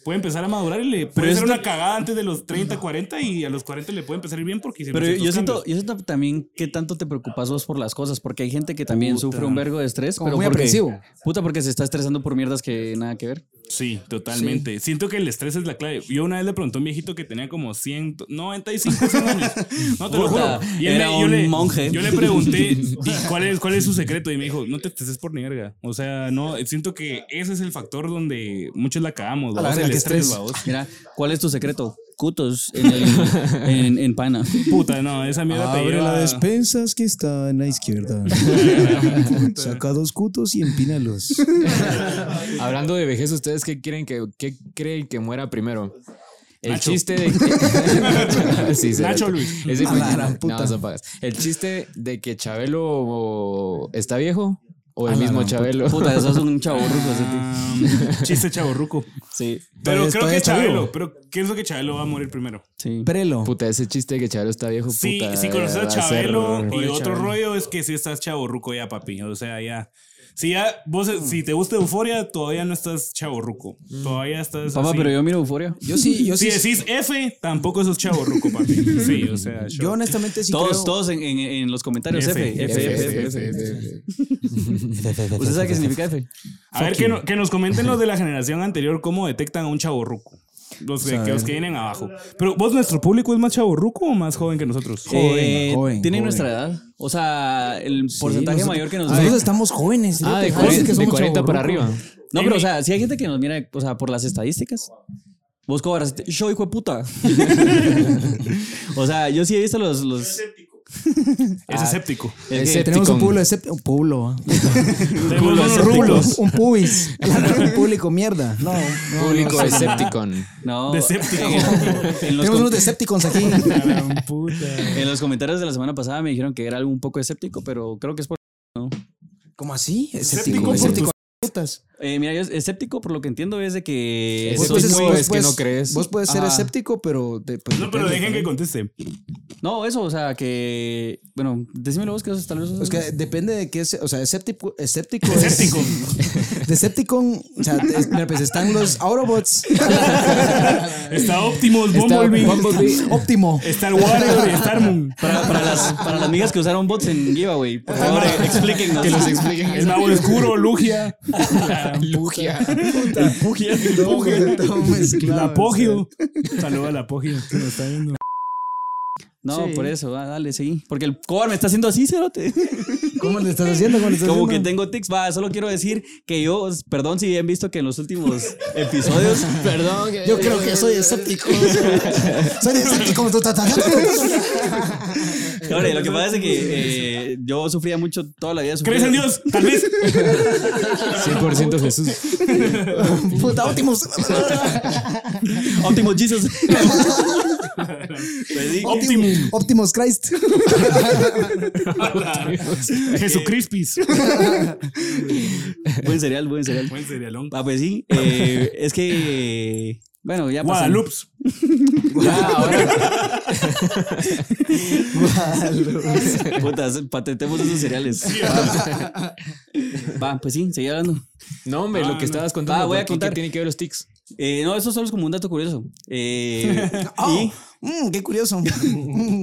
S4: puede empezar a madurar y le puede
S1: Pero
S4: hacer
S1: esto-
S4: una cagada antes de los 30, 40 y a los 40 le puede empezar a ir bien porque hicieron
S1: Pero yo
S4: ciertos
S1: siento,
S4: cambios.
S1: yo siento también que tanto te preocupas vos por las cosas, porque hay gente que también sufre un vergo de estrés,
S2: Como
S1: pero
S2: muy
S1: porque,
S2: aprensivo.
S1: Puta, porque se está estresando por mierdas que nada que ver.
S4: Sí, totalmente. Siento que el estrés es la clave. Yo una vez le pregunté a un viejito que tenía como 100, 95 100 años. No te lo juro.
S1: Puta, era
S4: yo,
S1: un
S4: le,
S1: monje.
S4: yo le pregunté "¿Y cuál es, cuál es su secreto y me dijo, no te estreses por ni verga. O sea, no, siento que ese es el factor donde muchos la cagamos.
S2: la
S4: ¿va? O sea,
S2: verga,
S4: el
S2: qué
S4: estrés,
S2: estrés.
S4: ¿va? O sea,
S1: Mira, ¿cuál es tu secreto? Cutos en, el- en, en pana.
S4: Puta, no, esa mierda te lleva
S2: despensas que está en la izquierda. Saca dos cutos y empínalos.
S3: Hablando de vejez, ¿ustedes qué quieren que qué creen que muera primero? El
S4: Nacho.
S3: chiste de que... Sí, se
S4: Nacho
S3: nota.
S4: Luis.
S3: Ese
S2: A la gran
S3: no,
S2: puta.
S3: eso pagas. El chiste de que Chabelo está viejo O el
S2: A la
S3: mismo
S2: gran
S3: Chabelo.
S1: Puta, eso es un chavo ruco.
S4: Ah, chiste chaborruco.
S1: Sí,
S2: Todavía-
S4: Pero creo
S2: todavía
S4: que
S2: está vivo.
S4: Chabelo, pero pienso que Chabelo va a morir primero.
S1: sí.
S2: Prelo.
S3: Puta, ese chiste de que Chabelo está viejo.
S4: Sí,
S3: puta,
S4: si conoces a
S3: va ser-
S4: Chabelo y
S1: Pobre
S4: otro
S1: Chabelo.
S4: rollo es que si estás chaborruco ya, papi. O sea, ya. Si ya vos, si te gusta Euforia, todavía no estás chaborruco. Todavía estás.
S1: Papá,
S4: así.
S1: pero yo miro euforia.
S2: Yo sí, yo
S4: Si
S2: sí.
S4: decís F, tampoco sos chaborruco, papi. Sí, o sea,
S2: yo honestamente sí
S1: todos,
S2: creo-
S1: todos en, en- en los comentarios. F, F, F, F,
S3: F, F, F, F.
S1: ¿Usted sabe qué significa F?
S4: A ver, que, no- que nos comenten los de la generación anterior cómo detectan a un chaborruco. Los que,
S1: eh.
S4: que los que vienen abajo. Pero vos, nuestro público es más chaborruco o más joven que nosotros?
S1: Eh,
S2: joven,
S1: Tienen
S2: joven.
S1: nuestra edad. O sea, el porcentaje
S2: nosotros-
S1: mayor que nos
S2: Nosotros
S1: ve.
S2: estamos jóvenes.
S3: Ah, de
S2: fíjate,
S3: 40,
S2: parece que
S3: de
S2: somos
S3: 40 para
S2: chavorrucos.
S3: arriba.
S1: No, pero o sea, si hay gente que nos mira, o sea, por las estadísticas. Vos cobras, yo hijo de puta. o sea, yo sí he visto los. los ah,
S4: Es escéptico.
S1: es que-
S3: Ese-
S2: Tenemos un
S3: Ticón.
S2: pueblo, except- un pueblo. ah.
S4: Tenemos unos
S2: Un,
S4: rulos.
S2: un pubis. un público mierda. No, no,
S3: Público
S2: no.
S3: Decepticon.
S1: no.
S4: Deséptico.
S1: En, en los
S2: Tenemos
S1: com-
S2: unos Decepticons aquí.
S1: en los comentarios de la semana pasada me dijeron que era algo un poco escéptico, pero creo que es por.
S2: ¿Cómo así?
S4: Escéptico
S2: Escéptico,
S3: por
S2: escéptico, putas.
S1: Eh, mira, yo escéptico por lo que entiendo es de que. soy
S3: Ese pues es
S1: muy-
S3: muy- es que no crees.
S2: Vos puedes ser
S1: Ajá.
S2: escéptico, pero. te- pues,
S4: No, pero
S2: depende,
S4: dejen que
S2: ¿no?
S4: conteste.
S1: No, eso, o sea, que. Bueno, decímelo vos que eso tal vez.
S2: Es que depende de qué es. O sea, escéptico. Escéptico. es-
S4: Escéptico.
S2: Decepticon. O sea, es- mira, pues están los Autobots.
S4: Está Optimus,
S3: Está
S4: Bumblebee,
S3: Bumblebee.
S2: Óptimo.
S4: Star Warrior y Star Moon.
S1: Para, para las, para las amigas que usaron bots en giveaway, por favor, eh,
S4: Ajá.
S1: explíquennos.
S3: Que los expliquen.
S4: El mago oscuro, Lugia,
S3: Lugia.
S2: Todo mezclado.
S4: la Pogio. Saluda a la Pogio. que nos está viendo.
S1: No,
S2: Sí.
S1: por eso, ah, dale, seguí. Porque el cobar me está haciendo así, cerote.
S2: ¿Cómo le estás haciendo? ¿Cómo le estás
S1: Como que
S2: haciendo?
S1: tengo tics. Va, solo quiero decir que yo, os- perdón si han visto que en los últimos episodios.
S3: Perdón. que-
S2: Yo creo que soy escéptico. soy escéptico. tú, ta, ta, ta.
S1: Ahora, lo que pasa es que eh, yo sufría mucho toda la vida. sufría-
S4: ¿Crees en Dios? Tal vez.
S3: 100% Jesús.
S2: Puta, Optimus.
S1: Optimus Jesus. Pues sí,
S4: Optimum.
S2: Optimus Christ.
S4: Jesucrispis.
S1: buen cereal, buen cereal.
S4: Buen cerealón.
S1: Ah, pues sí. eh, es que. Bueno, ya pasó.
S4: Guadalupe.
S1: Putas, patentemos esos cereales.
S2: ah.
S1: Va, pues sí, seguí hablando.
S3: No, hombre, lo
S4: Ah,
S3: que
S4: no.
S3: estabas contando.
S1: Ah, voy a
S3: ¿por qué? ¿Qué
S1: contar.
S3: tiene que ver los tics?
S1: Eh, no, eso solo es como un dato curioso. Eh, y
S2: Mm, qué curioso. Oh.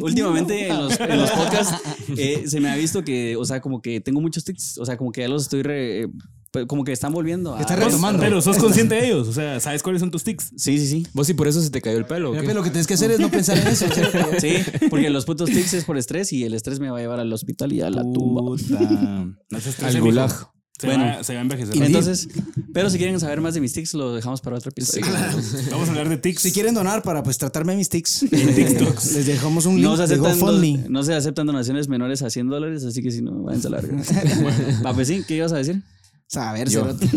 S1: últimamente en los, en los podcasts eh, se me ha visto que, o sea, como que tengo muchos tics, o sea, como que ya los estoy, re- eh, pues, como que están volviendo a...
S2: Está retomando.
S4: Pero sos consciente de ellos. O sea, ¿sabes cuáles son tus tics?
S1: Sí, sí, sí.
S3: ¿Vos y por eso se te cayó el pelo? o
S2: Mira,
S3: qué?
S2: pues, lo que tienes que hacer es no pensar en eso.
S1: Sí, porque los putos tics es por estrés y el estrés me va a llevar al hospital y a la tumba.
S4: No se estrese,
S3: Ah, Al
S4: mijo.
S3: gulag.
S4: Se,
S1: Bueno.
S4: va, se va a envejecer.
S1: Entonces, pero si quieren saber más de mis tics, lo dejamos para otro episodio.
S4: Vamos a hablar de tics.
S2: Si quieren donar para pues tratarme mis tics, eh, les dejamos un link
S1: No se,
S2: de
S1: aceptan
S2: GoFundMe.
S1: no se aceptan donaciones menores a 100 dólares, así que si no, váyanse a la verga. Va, pues sí, ¿qué ibas a decir?
S2: Saber,
S3: Yo.
S2: cerote.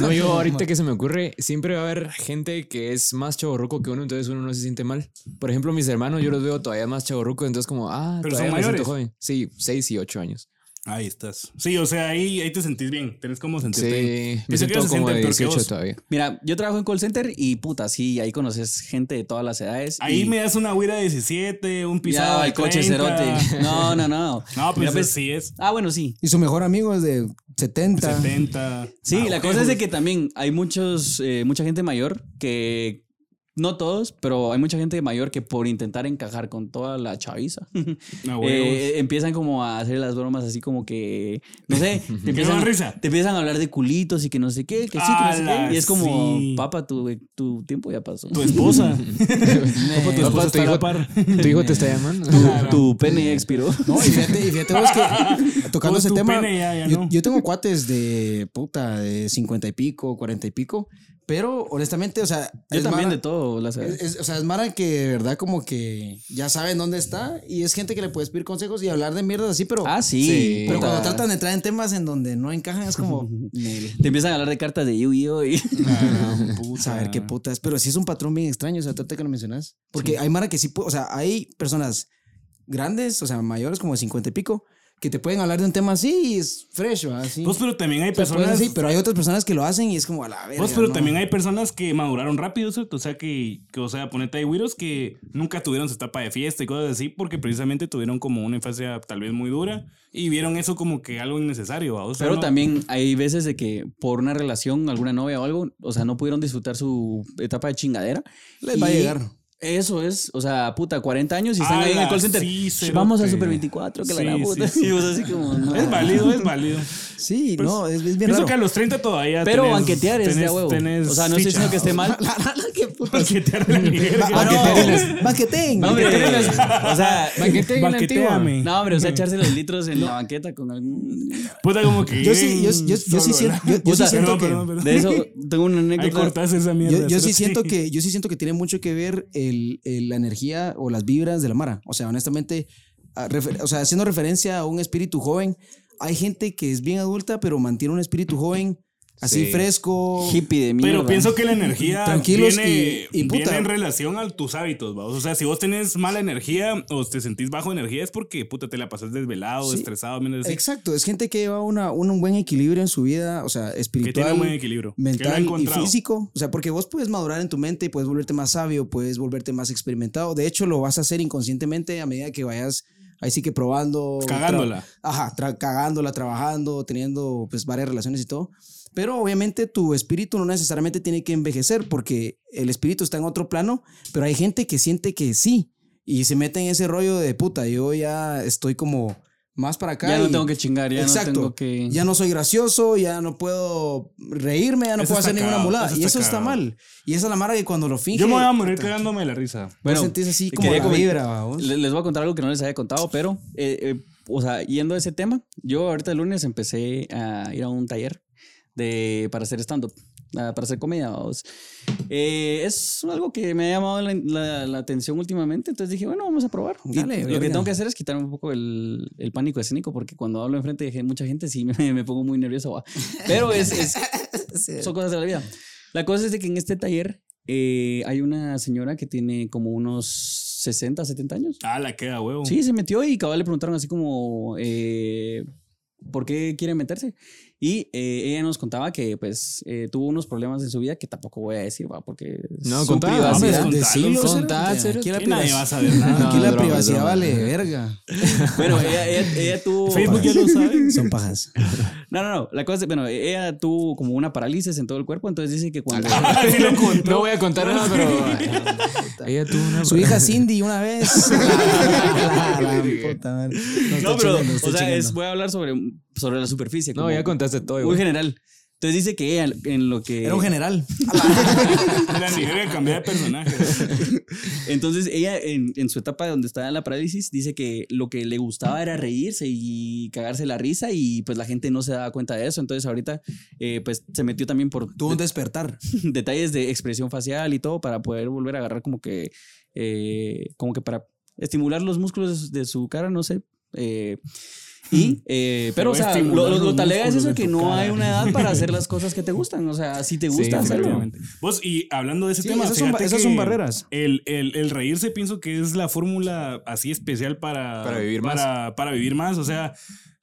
S3: No, yo ahorita que se me ocurre, siempre va a haber gente que es más chaborruco que uno, entonces uno no se siente mal. Por ejemplo, mis hermanos, yo los veo todavía más chaborrucos, entonces como, ah,
S4: Pero
S3: todavía
S4: son
S3: me siento
S4: mayores.
S3: joven. Sí, 6 y 8 años.
S4: Ahí estás. Sí, o sea, ahí, ahí te sentís bien. Tenés como sentirte bien.
S3: Sí, me
S4: Pensé que ellos se
S3: siento como
S4: sienten
S3: de
S4: peor que
S3: 18
S4: vos.
S3: todavía.
S1: Mira, yo trabajo en call center y puta, sí, ahí conoces gente de todas las edades.
S4: Ahí
S1: y
S4: me das una huira de 17, un pisado
S1: ya,
S4: de
S1: el coche
S4: 30.
S1: cerote. No, no, no.
S4: No, pues,
S1: Mira,
S4: sí es.
S1: Ah, bueno, sí.
S2: Y su mejor amigo es de 70.
S4: 70.
S1: Sí,
S4: Ah,
S1: la
S4: ok,
S1: cosa es de
S4: pues,
S1: que también hay muchos, eh, mucha gente mayor que, no todos, pero hay mucha gente mayor que por intentar encajar con toda la chaviza,
S4: Ah,
S1: eh,
S4: huevos.
S1: empiezan como a hacer las bromas así como que, no sé, te
S4: dan
S1: empiezan,
S4: risa?
S1: te empiezan a hablar de culitos y que no sé qué, que sí, que no sé
S4: ¡Hala,
S1: qué. Y es como,
S4: sí!
S1: papa, tu, eh, tu tiempo ya pasó.
S4: Tu esposa. pues
S1: Papá, tu,
S3: Papá,
S1: esposa
S3: tu
S1: está a la
S3: hijo-
S1: par.
S3: Tu hijo te está llamando.
S1: Tu- tu pene ya expiró.
S2: No, y fíjate, y fíjate vos que tocando
S4: Vos,
S2: ese
S4: tu
S2: tema,
S4: pene ya- ya
S2: yo,
S4: no.
S2: yo tengo cuates de puta, de 50 y pico, 40 y pico, pero honestamente, o sea,
S1: Yo
S2: es
S1: también
S2: mara-
S1: de todo, las edades.
S2: es- es- o sea, es Mara que de verdad como que ya saben dónde está y es gente que le puedes pedir consejos y hablar de mierdas así, pero,
S1: Ah, sí.
S3: Sí.
S2: pero
S1: puta.
S2: cuando tratan de entrar en temas en donde no encajan es como... "Nel".
S1: Te empiezan a hablar de cartas de Yu-Gi-Oh! y-
S2: saber qué putas. Pero sí es un patrón bien extraño, o sea, trata que lo mencionas. Porque hay Mara que sí, pu- o sea, hay personas grandes, o sea, mayores como de 50 y pico, que te pueden hablar de un tema así y es fresh, ¿verdad? Sí.
S4: Pues, pero también hay
S2: O sea, puedes
S4: personas.
S2: decir, pero hay otras personas que lo hacen y es como a la verga.
S4: Pues, pero
S2: no.
S4: también hay personas que maduraron rápido, ¿cierto? O sea, que, que, o sea, ponete hay güiros que nunca tuvieron su etapa de fiesta y cosas así porque precisamente tuvieron como una infancia tal vez muy dura y vieron eso como que algo innecesario, ¿va? O sea,
S1: Pero
S4: no-
S1: también hay veces de que por una relación, alguna novia o algo, o sea, no pudieron disfrutar su etapa de chingadera.
S2: Les va a
S1: Y
S2: llegar.
S1: Eso es, o sea, puta, 40 años y están
S4: A
S1: ahí en el
S4: la
S1: call center.
S4: sí,
S1: "Sh, Vamos a
S4: cerote.
S1: Super 24, que la
S4: Sí,
S1: gran
S4: sí,
S1: puta.
S4: sí.
S1: Y vos así como, no.
S4: Es válido, es válido.
S2: Sí,
S4: Pues,
S2: no, es, es bien
S4: Pienso
S2: raro.
S4: que a los 30 todavía.
S1: Pero
S4: tenés-
S1: banquetear es de
S4: tenés-
S1: a huevo.
S4: tenés
S1: O sea, no estoy
S4: ficha.
S1: diciendo que esté mal.
S2: Qué putas.
S4: Banquetear la mierda.
S1: Ah, no.
S2: Banqueteen, banqueteen.
S1: No, hombre, o sea,
S3: Banqueteen en la antigua.
S4: Banqueteame.
S1: no, hombre, o sea, echarse los litros en la banqueta con algún...
S4: Puta, como que.
S2: Yo sí, yo, yo, yo sí
S4: Solo,
S2: siento,
S4: ¿verdad?
S2: yo, yo sí
S1: Puta,
S2: siento
S4: perdón,
S2: que...
S4: perdón, perdón.
S1: De eso tengo una
S4: Ahí
S1: anécdota.
S4: cortas esa mierda.
S2: Yo, yo sí
S4: pero
S2: siento que yo sí siento que tiene mucho que ver el, el- la energía o las vibras de la mara. O sea, honestamente, a refer- o sea, haciendo referencia a un espíritu joven, hay gente que es bien adulta pero mantiene un espíritu joven así
S3: Sí.
S2: fresco.
S1: Hippie de mierda.
S4: Pero pienso que la energía
S2: Tranquilos
S4: viene,
S2: y- y puta.
S4: viene en relación a tus hábitos, ¿va? O sea, si vos tenés mala energía o te sentís bajo energía es porque puta te la pasas desvelado,
S2: Sí.
S4: estresado, menos así.
S2: Exacto, es gente que lleva una, un, un buen equilibrio en su vida, o sea,
S4: Que tiene un buen
S2: espiritual,
S4: equilibrio. que lo ha
S2: mental y
S4: encontrado.
S2: físico. O sea, porque vos puedes madurar en tu mente y puedes volverte más sabio, puedes volverte más experimentado. De hecho, lo vas a hacer inconscientemente a medida que vayas ahí sí que probando.
S4: Cagándola.
S2: tra- Ajá, tra- cagándola, trabajando, teniendo pues varias relaciones y todo. Pero obviamente tu espíritu no necesariamente tiene que envejecer porque el espíritu está en otro plano, pero hay gente que siente que sí y se mete en ese rollo de puta, yo ya estoy como más para acá.
S1: Ya no
S2: y-
S1: tengo que chingar, ya
S2: Exacto.
S1: no tengo que...
S2: ya no soy gracioso, ya no puedo reírme, ya no
S4: Eso
S2: puedo
S4: está
S2: hacer ninguna
S4: cagado,
S2: mulada.
S4: eso
S2: y
S4: está
S2: eso está
S4: cagado.
S2: mal. Y esa es la mara que cuando lo finge.
S4: Yo me voy a morir
S2: puta,
S4: cagándome de la risa.
S2: vos
S1: Bueno,
S2: sentís así
S1: te
S2: como
S1: quería
S2: la
S1: comentar-
S2: vibra, ¿va, vos?
S1: Le- Les voy a contar algo que no les había contado, pero, eh, eh, o sea, yendo a ese tema, yo ahorita el lunes empecé a ir a un taller de, para hacer stand-up, ah, para hacer comedia. vamos. Eh, es algo que me ha llamado la, la- la atención últimamente, entonces dije, bueno, vamos a probar. Y
S2: Dale,
S1: lo
S2: verga.
S1: que tengo que hacer es quitarme un poco el, el pánico escénico, porque cuando hablo enfrente de mucha gente sí me, me pongo muy nervioso. va. Pero es- es,
S2: Sí.
S1: son cosas de la vida. La cosa es de que en este taller eh, hay una señora que tiene como unos 60, 70 años.
S4: Ah, la queda huevo.
S1: Sí, se metió y cabal le preguntaron así como, eh, ¿por qué quiere meterse? Y eh, ella nos contaba que pues eh, tuvo unos problemas en su vida que tampoco voy a decir, va, porque...
S3: No,
S1: su
S3: contá,
S1: privacidad.
S4: hombre,
S2: Decilo,
S3: Contá,
S2: cerote. Aquí
S3: cerote.
S2: la
S4: Y nadie va a
S2: privac-
S4: saber nada.
S3: No,
S2: aquí la
S3: es broma,
S2: privacidad
S3: es broma.
S2: vale verga.
S1: Bueno, ella, ella- ella tuvo...
S4: Facebook ya lo sabe.
S2: Son pajas.
S1: No, no, no. La cosa es, bueno, ella tuvo como una parálisis en todo el cuerpo, entonces dice que cuando...
S4: Así lo contó.
S3: No voy a contar nada, pero. Ella tuvo una.
S2: Su hija Cindy una vez. La gran puta madre.
S1: No,
S2: estoy
S1: pero,
S2: chingando,
S1: o
S2: estoy
S1: sea, es-
S2: chingando.
S1: voy a hablar sobre, sobre la superficie.
S3: No,
S1: como-
S3: ya contaste todo.
S1: Muy
S3: güey.
S1: general. Entonces dice que ella, en lo que.
S2: Era un general.
S4: La niñera de cambiar de personaje.
S1: Entonces ella, en, en su etapa donde estaba la parálisis, dice que lo que le gustaba era reírse y cagarse la risa y pues la gente no se daba cuenta de eso. Entonces ahorita, eh, pues se metió también por
S2: Tuvo un despertar.
S1: detalles de expresión facial y todo para poder volver a agarrar como que. eh, como que para estimular los músculos de su, de su cara, no sé. eh,
S4: Mm.
S1: y, eh, pero,
S4: Pero
S1: o sea,
S4: estimular
S1: lo, lo,
S4: los
S1: lo talega es
S4: músculos
S1: eso
S4: de
S1: que
S4: tu
S1: no
S4: cara.
S1: hay una edad para hacer las cosas que te gustan. O sea, si te gusta hacerlo.
S4: Efectivamente. Vos, y hablando de ese
S2: Sí,
S4: tema,
S2: esas son ba-
S4: fíjate
S2: esas
S4: que
S2: son barreras.
S4: El, el- el reírse pienso que es la fórmula así especial para,
S3: Para vivir más.
S4: Para, para vivir más. O sea,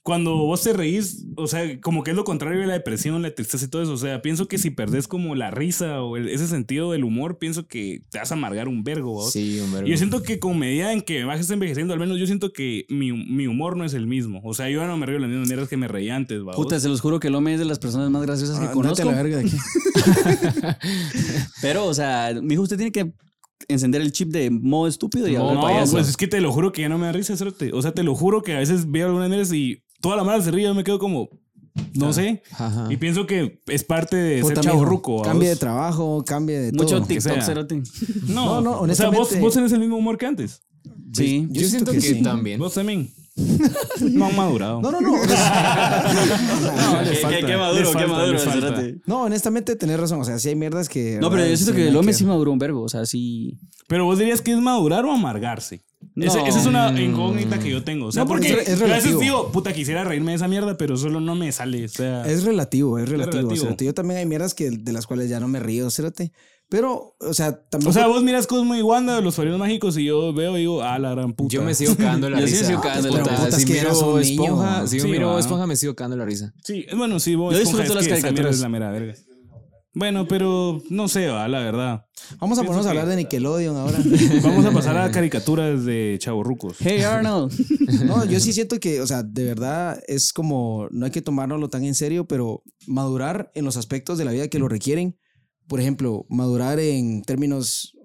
S4: cuando vos te reís, o sea, como que es lo contrario de la depresión, la tristeza y todo eso. O sea, pienso que si perdés como la risa o el- ese sentido del humor, pienso que te vas a amargar un vergo. ¿vos?
S3: Sí, hombre.
S4: Y Yo siento que con medida en que bajes envejeciendo, al menos yo siento que mi, mi humor no es el mismo. O sea, yo ya no me río de las mismas maneras que me reía antes, ¿va?
S1: Puta, se los juro que el hombre es de las personas más graciosas que
S2: Andate a
S1: conozco.
S2: Ah, la verga de aquí.
S1: Pero, o sea, mi hijo, usted tiene que encender el chip de modo estúpido y
S3: Modo
S1: hablar
S4: No,
S3: payaso.
S4: pues es que te lo juro que ya no me da risa, cerote. O sea, te lo juro que a veces veo algunas nenas y toda la mala se ríe, yo me quedo como, no sé.
S3: Ajá.
S4: Y pienso que es parte de
S2: Puta,
S4: ser
S2: mijo,
S4: chavorruco. ¿va
S2: Cambie de
S4: vos?
S2: trabajo, cambie de
S1: mucho
S2: todo.
S4: que
S1: TikTok,
S4: sea. Pues,
S1: cerote.
S4: No,
S2: No, no,
S4: no, O sea, vos,
S2: honestamente-
S4: vos tenés el mismo humor que antes.
S1: Sí.
S3: Yo siento que,
S2: sí.
S3: también.
S4: Vos también. No han madurado.
S2: No, no, no.
S1: No,
S4: les
S1: qué-
S4: falta,
S1: qué- qué
S4: les
S1: maduro, qué
S4: falta,
S1: maduro,
S4: les falta.
S1: cerote.
S2: No, honestamente, tenés razón. O sea, sí hay mierdas que.
S1: No, pero yo siento
S2: sí,
S1: que el
S2: hay
S1: hombre sí maduró un vergo, o sea, sí.
S4: Pero vos dirías que es madurar o amargarse. Ese-
S1: No.
S4: esa es una incógnita que yo tengo. O sea,
S2: No, porque
S4: porque
S2: es re- es
S4: yo a veces
S2: relativo.
S4: digo, puta, quisiera reírme de esa mierda, pero solo no me sale. O sea,
S2: Es relativo, es relativo.
S4: relativo.
S2: cerote. Yo también hay mierdas que, de las cuales ya no me río, cerote. Pero, o sea, también.
S4: O sea, vos miras Cosmo y Wanda, los Farios Mágicos, y yo veo y digo, ah, la gran puta.
S3: Yo me sigo cagando la
S1: Yo sí
S3: risa.
S1: me sigo cagando la
S3: Puta,
S1: risa.
S2: Putas,
S3: Si
S2: que eras
S3: miro
S2: un niño,
S3: esponja,
S2: man.
S3: si
S4: Sí,
S3: miro
S4: va.
S3: esponja, me sigo cagando la risa.
S4: Sí, bueno, sí, vos.
S1: Yo disfruto las caricaturas.
S4: Es la mera verga. Bueno, pero no sé, va, la verdad.
S2: vamos a ponernos a hablar de Nickelodeon ahora.
S4: Vamos a pasar a caricaturas de chavorrucos.
S1: Hey Arnold.
S2: No, yo sí siento que, o sea, de verdad es como, no hay que tomárnoslo tan en serio, pero madurar en los aspectos de la vida que lo requieren. Por ejemplo, madurar en términos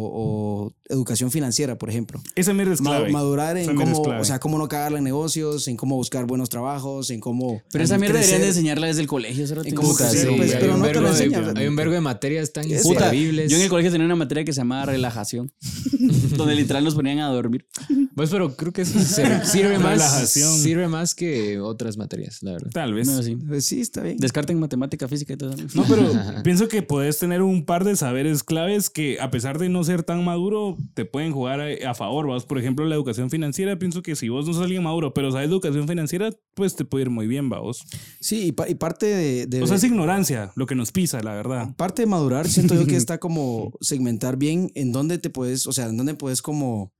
S2: o, o educación financiera, por ejemplo.
S4: Esa mierda es
S2: Ma-
S4: clave.
S2: Madurar
S4: Esa
S2: en
S4: mierda es
S2: cómo,
S4: clave.
S2: o sea, cómo no cagarla en negocios, en cómo buscar buenos trabajos, en cómo.
S1: Pero esa mierda deberían de
S2: crecer.
S1: enseñarla desde el colegio, ¿cierto?
S2: Y como
S1: Puta,
S2: que sí,
S1: sí,
S2: pues,
S1: güey.
S2: pero
S3: hay,
S2: no
S3: un
S2: te lo
S3: vergo de-
S2: enseñan.
S3: hay un vergo de materias tan
S1: Puta,
S3: inservibles.
S1: Yo en el colegio tenía una materia que se llamaba relajación, donde literal nos ponían a dormir.
S3: Pues, pero creo que eso sirve, sirve más,
S4: Relajación.
S3: sirve más que otras materias, la verdad.
S4: Tal vez.
S1: No, sí.
S2: Pues sí, está bien.
S1: Descarten matemática, física y todo eso.
S4: No, pero pienso que puedes tener un par de saberes claves que, a pesar de no ser tan maduro, te pueden jugar a, a favor. ¿vas? Por ejemplo, la educación financiera. Pienso que si vos no sos alguien maduro, pero sabes educación financiera, pues te puede ir muy bien, va, vos.
S2: Sí, y, pa- y parte de. de-
S4: O sea, es ignorancia lo que nos pisa, la verdad.
S2: Parte de madurar, siento yo que está como segmentar bien en dónde te puedes, o sea, en dónde puedes como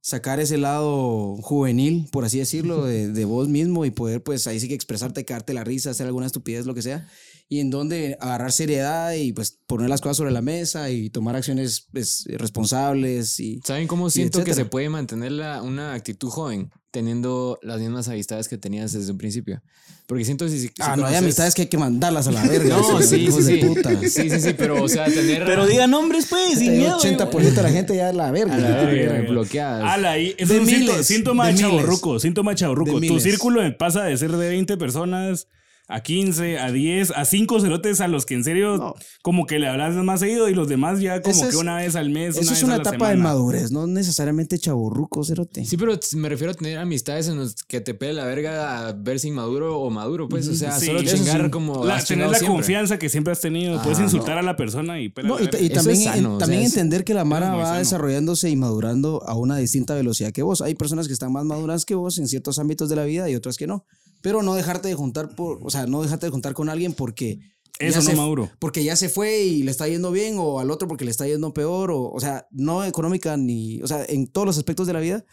S2: sacar ese lado juvenil, por así decirlo, de, de vos mismo y poder, pues ahí sí que expresarte, cagarte la risa, hacer alguna estupidez, lo que sea, y en dónde agarrar seriedad y pues poner las cosas sobre la mesa y tomar acciones pues, responsables y...
S3: ¿Saben cómo siento que
S2: etcétera.
S3: se puede mantener la- una actitud joven teniendo las mismas amistades que tenías desde un principio? Porque siento si, si
S2: Ah,
S3: si
S2: no, hay
S3: conoces-
S2: amistades que hay que mandarlas a la verga.
S3: No, sí, sí,
S2: hijos de
S3: sí.
S2: puta. Este,
S3: Sí, sí, sí, pero o sea, tener
S1: Pero digan nombres, pues, sin
S2: El
S1: miedo.
S2: 80% de la gente ya a la verga.
S3: a la verga,
S4: verga.
S3: bloqueadas.
S4: Ala, y es
S2: De
S4: un síntoma-
S2: miles,
S4: síntoma
S2: de
S4: de
S2: miles.
S4: chavorruco, síntoma de chavorruco.
S2: De
S4: Tu
S2: miles.
S4: círculo pasa de ser de 20 personas a 15, a 10, a 5 cerotes a los que en serio
S2: No.
S4: como que le hablas más seguido y los demás ya como
S2: Eso
S4: que
S2: es-
S4: una vez al mes,
S2: Eso
S4: una
S2: es
S4: vez
S2: una
S4: a la
S2: etapa de
S4: semana.
S2: madurez, no necesariamente chaburruco, cerote.
S3: Sí, pero t- me refiero a tener amistades en los que te pele la verga a verse inmaduro o maduro, pues. O sea,
S4: Sí,
S3: solo
S4: eso
S3: chingar
S4: sí.
S3: como.
S4: La-
S3: has
S4: tener
S3: chingado
S4: la
S3: siempre.
S4: confianza que siempre has tenido. Puedes
S3: Ah,
S4: insultar a la persona y, pero
S2: No, y, ta- y
S3: Eso
S2: también,
S3: es sano,
S2: en-
S3: o
S2: también
S3: sea, es-
S2: entender que la Mara
S4: muy
S2: va
S4: sano.
S2: desarrollándose y madurando a una distinta velocidad que vos. Hay personas que están más maduras que vos en ciertos ámbitos de la vida y otras que no. Pero no dejarte de juntar por, o sea, no dejarte de juntar con alguien porque ya
S4: Eso no
S2: se-
S4: maduro.
S2: Porque ya se fue y le está yendo bien o al otro porque le está yendo peor o, o sea, no económica ni, o sea, en todos los aspectos de la vida.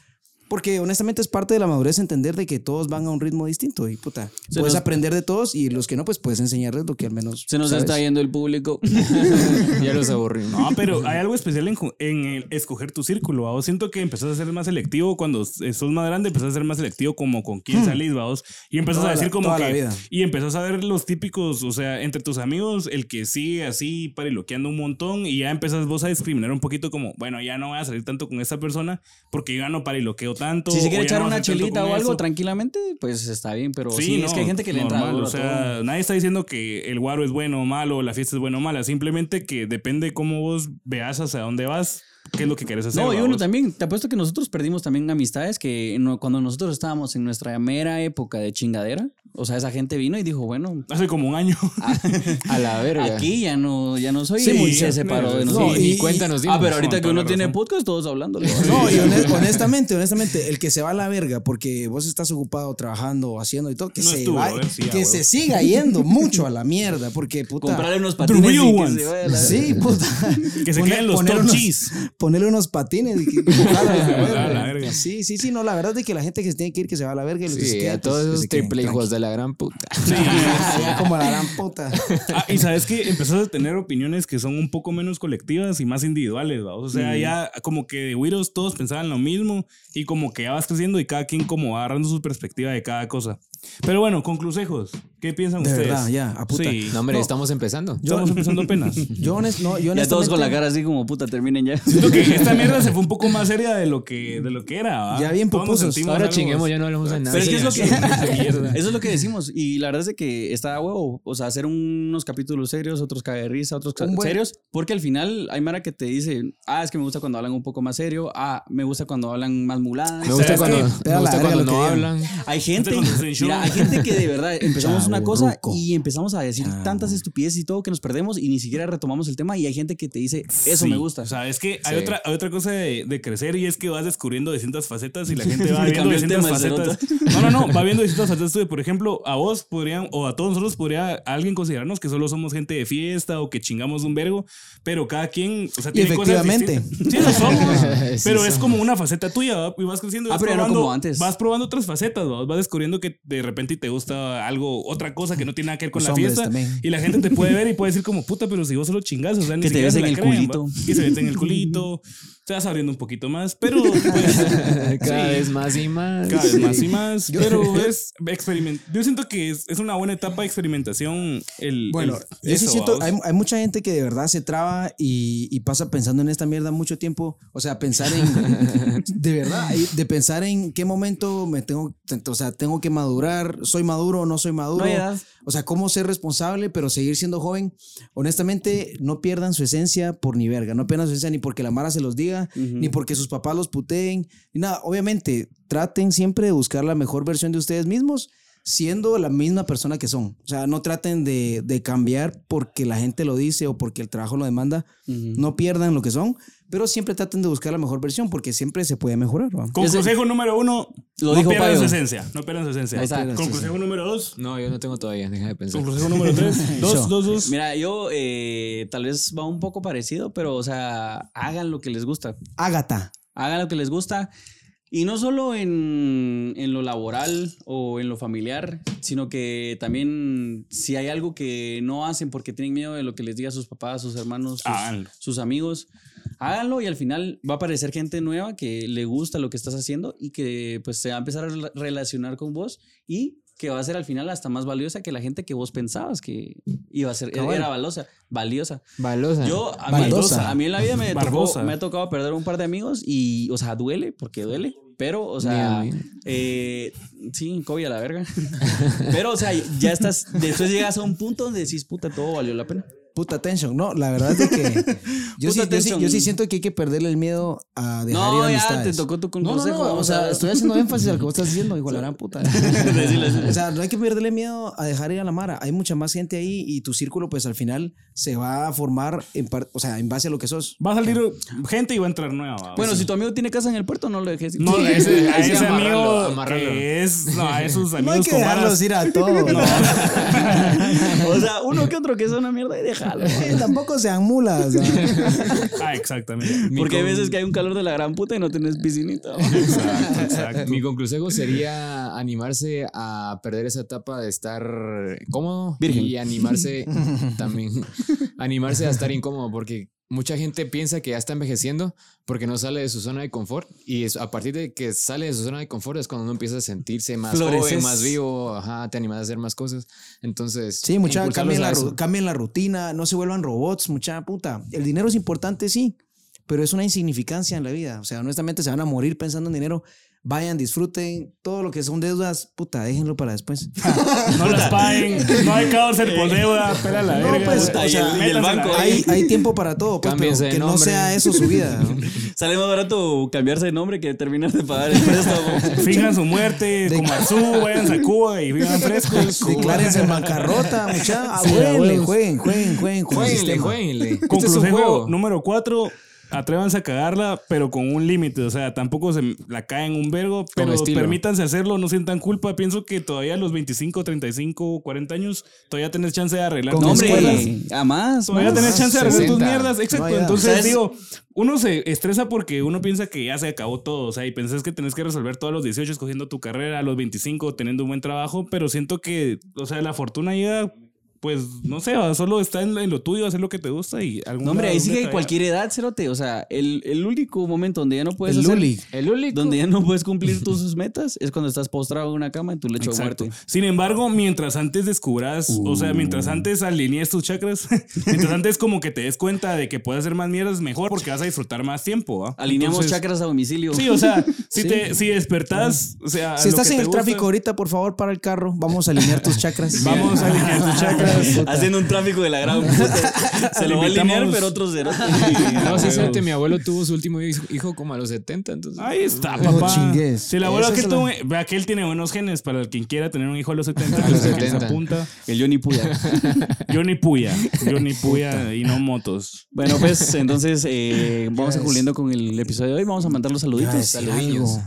S2: Porque honestamente es parte de la madurez entender de que todos van a un ritmo distinto y puta,
S1: Se
S2: puedes
S1: nos-
S2: aprender de todos y los que no, pues puedes enseñarles lo que al menos
S1: Se nos
S2: sabes.
S1: está yendo el público.
S3: ya los aburrimos.
S4: No, pero hay algo especial en, ju- en el escoger tu círculo, vos Siento que empezás a ser más selectivo cuando s- eh, sos más grande, empezás a ser más selectivo como con
S1: Hmm.
S4: quién salís, vos Y empezás
S2: Toda
S4: a
S2: la-
S4: decir como
S2: toda
S4: que...
S2: la vida.
S4: Y empezás a ver los típicos, o sea, entre tus amigos, el que sigue así pariloqueando un montón y ya empezás vos a discriminar un poquito como, bueno, ya no voy a salir tanto con esta persona porque yo ya no pariloqueo tanto.
S1: Si se
S4: o
S1: quiere
S4: ya
S1: echar
S4: no
S1: una
S4: hace tanto
S1: chelita
S4: con
S1: o algo
S4: eso.
S1: tranquilamente, pues está bien, pero sí, es
S4: no,
S1: que hay gente que le entra
S4: normal,
S1: duro a
S4: O
S1: todo.
S4: sea, nadie está diciendo que el guaro es bueno o malo, la fiesta es bueno o mala. Simplemente que depende cómo vos veas hacia dónde vas, qué es lo que querés hacer.
S1: No, y
S4: ¿va
S1: uno
S4: vos?
S1: también, te apuesto que nosotros perdimos también amistades que no- cuando nosotros estábamos en nuestra mera época de chingadera, o sea, esa gente vino y dijo, bueno,
S4: Hace como un año.
S1: Ah,
S3: A la verga.
S1: aquí ya no, ya no soy
S4: Sí,
S1: y se
S4: sí,
S1: separó de
S4: no,
S1: nosotros.
S3: y, ni
S2: y-
S3: cuenta nos dimos.
S1: ah, pero ahorita
S4: Con
S1: que
S4: toda
S1: uno
S4: la
S1: tiene
S4: razón.
S1: podcast, todos hablando.
S2: No, y honest- honestamente, honestamente, el que se va a la verga porque vos estás ocupado trabajando, haciendo y todo, que
S4: No
S2: se
S4: estuvo, eh,
S2: va-
S4: a ver si ya,
S2: que
S4: huevo.
S2: se siga yendo mucho a la mierda porque puta.
S1: Comprar unos
S4: The real
S1: patines y que
S4: ones.
S1: se vaya a la-
S2: Sí, puta.
S4: Que se queden los
S2: poner
S4: top
S2: unos-
S4: cheese.
S2: Ponerle unos patines. y que- ojalá,
S4: A la verga.
S2: Sí, sí, sí, no, la verdad es de que la gente que se tiene que ir que se va a la verga y los que se
S3: Sí,
S2: quedan,
S3: a todos
S2: pues, que
S3: esos
S2: se queden,
S3: triple
S2: tranqui.
S3: hijos de la gran puta.
S2: Ya como la gran puta.
S4: Ah, y sabes que empezás a tener opiniones que son un poco menos colectivas y más individuales, ¿va? O sea, ya como que de Widows todos pensaban lo mismo y como que ya vas creciendo y cada quien como va agarrando su perspectiva de cada cosa. Pero bueno, con consejos, ¿qué piensan
S2: De
S4: ustedes?
S2: verdad, ya, a puta.
S4: Sí.
S3: No, hombre, estamos empezando.
S4: Estamos empezando apenas.
S2: Yo, honest- no, yo
S1: Ya todos con la
S2: honestamente-
S1: cara así como puta, terminen ya.
S4: Siento que esta mierda se fue un poco más seria de lo que, de lo que era. ¿va?
S2: Ya bien
S4: Ah, Todos nos
S2: pupusos.
S4: sentimos
S3: Ahora
S4: algo-
S3: chinguemos, ya no hablamos de nada.
S1: Pero es que es lo que,
S4: mierda.
S1: eso es lo que decimos. Y la verdad es de que está a huevo. O sea, hacer unos capítulos serios, otros cague de risa, otros
S2: Un buen-
S1: serios. Porque al final hay Mara que te dice, ah, es que me gusta cuando hablan un poco más serio. Ah, me gusta cuando hablan más muladas.
S3: Me gusta
S4: ¿Sabes
S3: cuando,
S4: qué?
S3: me
S2: Pega la
S3: gusta
S2: verga
S3: cuando
S2: lo que
S3: no
S2: digan.
S3: hablan.
S1: Hay gente,
S4: Gente con sensual.
S1: mira, hay gente que de verdad empezamos una
S2: El
S1: cosa
S2: ruco.
S1: y empezamos a decir
S2: Ah.
S1: tantas estupideces y todo que nos perdemos y ni siquiera retomamos el tema y hay gente que te dice, eso
S4: Sí,
S1: me gusta.
S4: O sea, es que hay,
S3: Sí.
S4: otra, hay otra cosa de, de crecer y es que vas descubriendo distintas facetas y la gente va
S1: Le
S4: viendo
S1: cambió el
S4: distintas
S1: tema, el
S4: facetas. No, no, no, va viendo distintas facetas. de, Por ejemplo, a vos podrían, o a todos nosotros podría alguien considerarnos que solo somos gente de fiesta o que chingamos un vergo, pero cada quien, o sea,
S2: Y
S4: tiene
S2: efectivamente.
S4: cosas distintas. Sí, lo somos,
S3: Sí
S4: pero es
S3: somos.
S4: como una faceta tuya ¿va? y vas creciendo. y
S1: Ah,
S4: vas
S1: pero ya no
S4: probando-
S1: como antes.
S4: Vas probando otras facetas, ¿va? vas descubriendo que de repente te gusta algo, otra cosa que no tiene nada que ver con
S2: Los
S4: la
S2: hombres
S4: fiesta
S2: también.
S4: y la gente te puede ver y puede decir como puta, pero si vos solo chingas, o sea, ni
S1: Que te
S4: siquiera
S1: ves
S4: se
S1: en
S4: la
S1: el
S4: crean,
S1: culito.
S4: ¿va? Y se ves en el culito. Te vas abriendo un poquito más, pero pues,
S3: Cada
S4: Sí.
S3: vez más y más.
S4: cada vez más
S3: Sí.
S4: y más. Pero es experiment. Yo siento que es, es una buena etapa de experimentación. El,
S2: Bueno,
S4: el-
S2: yo sí
S4: eso,
S2: siento,
S4: ¿va?
S2: hay, hay mucha gente que de verdad se traba y, y pasa pensando en esta mierda mucho tiempo. O sea, pensar en, de verdad, y de pensar en qué momento me tengo, o sea, tengo que madurar, soy maduro o no soy maduro.
S1: No hay edad.
S2: o sea, cómo ser responsable, pero seguir siendo joven. Honestamente, no pierdan su esencia por ni verga, no pierdan su esencia ni porque la Mara se los diga, ni porque sus papás los puteen, ni nada. Obviamente, traten siempre de buscar la mejor versión de ustedes mismos, siendo la misma persona que son. O sea, no traten de, de cambiar porque la gente lo dice o porque el trabajo lo demanda. No pierdan lo que son, pero siempre traten de buscar la mejor versión porque siempre se puede mejorar. ¿va?
S4: Con
S1: ese-
S4: consejo número uno,
S1: Lo
S4: no
S1: dijo
S4: pierdan
S1: Payo.
S4: su esencia. No pierdan su esencia.
S1: Ahí está.
S4: Con consejo número dos,
S3: No, yo no tengo todavía, deja de pensar.
S4: con consejo número tres, dos,
S2: Eso.
S4: dos, dos.
S1: Mira, yo eh, tal vez va un poco parecido, pero o sea, hagan lo que les gusta.
S2: Ágata.
S1: hagan lo que les gusta. Y no solo en, en lo laboral o en lo familiar, sino que también si hay algo que no hacen porque tienen miedo de lo que les diga sus papás, sus hermanos, sus,
S4: Háganlo.
S1: sus amigos, háganlo y al final va a aparecer gente nueva que le gusta lo que estás haciendo y que pues se va a empezar a rela- relacionar con vos y que va a ser al final hasta más valiosa que la gente que vos pensabas que iba a ser,
S2: Cabal.
S1: era valiosa, valiosa.
S3: Balosa.
S1: Yo, a mí,
S2: Baldosa.
S1: a mí en la vida me, tocó,
S4: Barbosa.
S1: me ha tocado perder un par de amigos y, o sea, duele, porque duele. Pero, o
S3: Ni a
S1: sea,
S3: mí.
S1: eh, sí, COVID a la verga. Pero, o sea, ya estás, después llegas a un punto donde decís, puta, todo valió la pena.
S2: Puta tension, no, la verdad es de que yo, sí,
S1: Puta
S2: yo, sí,
S1: tension.
S2: yo sí siento que hay que perderle el miedo a dejar ir
S1: No, ya
S2: amistades.
S1: te tocó tu
S2: No, no,
S1: consejo.
S2: no, o
S1: vamos
S2: sea,
S1: a-
S2: estoy haciendo énfasis a lo que vos estás diciendo, igual gran puta.
S1: Decile, decile.
S2: o sea, no hay que perderle miedo a dejar ir a la mara. Hay mucha más gente ahí y tu círculo, pues al final se va a formar, en par- o sea, en base a lo que sos.
S4: Va a salir gente y va a entrar nueva. ¿va?
S1: Bueno, si tu amigo tiene casa en el puerto, no lo dejes.
S4: No,
S1: Sí.
S4: ese, a
S3: ahí sí,
S4: ese
S3: amarrarlo,
S4: amigo
S3: amarrarlo.
S4: que es, no, a esos amigos
S2: No hay que
S4: con
S2: dejarlos
S4: varas.
S2: ir a todos.
S1: O sea, uno que otro que es una mierda y déjalo.
S2: Eh, Tampoco sean mulas. ¿no?
S4: Ah, exactamente.
S1: Porque hay veces que hay un calor de la gran puta y no tienes piscinita.
S4: Exacto, exacto.
S3: Mi conclusión sería animarse a perder esa etapa de estar cómodo
S1: Virgen.
S3: y animarse también, animarse a estar incómodo porque mucha gente piensa que ya está envejeciendo porque no sale de su zona de confort y es- a partir de que sale de su zona de confort es cuando uno empieza a sentirse más joven,
S1: Floreces.
S3: más vivo, ajá, te animas a hacer más cosas. Entonces,
S2: Sí, mucha,
S3: impulsarlos
S2: cambien
S3: a
S2: la,
S3: eso.
S2: ru- cambien la rutina, no se vuelvan robots, mucha puta. El dinero es importante, sí, pero es una insignificancia en la vida. O sea, honestamente se van a morir pensando en dinero. Vayan, disfruten todo lo que son deudas, puta, déjenlo para después.
S4: No las paguen, no hay cárcel por deuda, pela la
S2: No,
S4: verga.
S2: pues,
S1: puta,
S2: o
S1: y el-
S2: sea,
S1: y el
S4: métanse a la
S1: banco,
S4: verga.
S2: hay, hay tiempo para todo, pues, pero
S3: Cámbiense de
S2: que no
S3: nombre.
S2: sea eso su vida. ¿no?
S1: Sale más barato cambiarse de nombre que terminar de pagar el préstamo.
S4: Finjan su muerte,
S2: De- Pues,
S4: como azul, váyanse a Cuba y vivan frescos. Este
S2: Declárense en este bancarrota, mucha.
S3: Sí, a
S2: jueguenle,
S3: huevos.
S2: jueguen, jueguen, jueguen. con el
S3: Jueguenle,
S2: sistema.
S3: jueguenle.
S4: Con
S3: Este es un
S4: consejo
S3: juego.
S4: número cuatro, atrévanse a cagarla, pero con un límite. O sea, tampoco se la caen un vergo, pero
S3: estilo.
S4: permítanse hacerlo, no sientan culpa. Pienso que todavía a los 25, 35, 40 años, todavía tenés chance de arreglar
S2: Con
S4: tus
S1: No,
S4: escuelas.
S1: hombre, a más.
S4: Todavía
S1: más.
S4: tenés chance de arreglar tus
S3: 60.
S4: mierdas. Exacto.
S2: ya.
S4: Entonces,
S1: ¿Sabes?
S4: digo, uno se estresa porque uno piensa que ya se acabó todo. O sea, y pensás que tenés que resolver todo a los 18, escogiendo tu carrera, a los 25, teniendo un buen trabajo. Pero siento que, o sea, la fortuna llega, pues, no sé, va, solo está en, en lo tuyo, hacer lo que te gusta y algún
S1: No, hombre, ahí
S4: algún
S1: sí que
S4: detalle.
S1: cualquier edad, cerote. O sea, el, el único momento donde ya no puedes.
S2: El
S1: hacer-
S2: Luli.
S3: El único.
S1: Donde ya no puedes cumplir tus sus metas es cuando estás postrado en una cama en tu lecho de
S4: Exacto.
S1: muerte.
S4: Sin embargo, mientras antes descubras, o
S1: Uh.
S4: sea, mientras antes alinees tus chakras, mientras antes como que te des cuenta de que puedes hacer más mierdas, mejor porque vas a disfrutar más tiempo. ¿va?
S1: Alineamos
S4: Entonces,
S1: chakras a domicilio.
S4: Sí, o sea, si, Te, si despertás, o sea,
S2: Si
S4: lo
S2: estás
S4: que
S2: en
S4: te
S2: el
S4: gusta-
S2: tráfico ahorita, por favor, para el carro. Vamos a alinear tus chakras.
S4: Vamos a alinear tus chakras.
S1: Haciendo un tráfico de la gran puta. Se lo va a alinear,
S4: Invitamos-
S1: pero otros cero.
S3: No, sí, cierto, mi abuelo tuvo su último hijo hijo como a los 70, entonces.
S4: Ahí está,
S2: No
S4: papá.
S2: chingues.
S4: Si el abuelo
S2: Esa
S4: aquel,
S2: es la-
S4: tuvo- vea, aquel tiene buenos genes para quien quiera tener un hijo a los 70,
S3: A los
S4: pues, que se
S3: 70.
S4: apunta.
S1: El Johnny Puya.
S4: Johnny Puya, Johnny Puya y no motos.
S1: Bueno, pues entonces eh, vamos a cumpliendo con el episodio de hoy. Vamos a mandar los saluditos.
S3: Saludiños.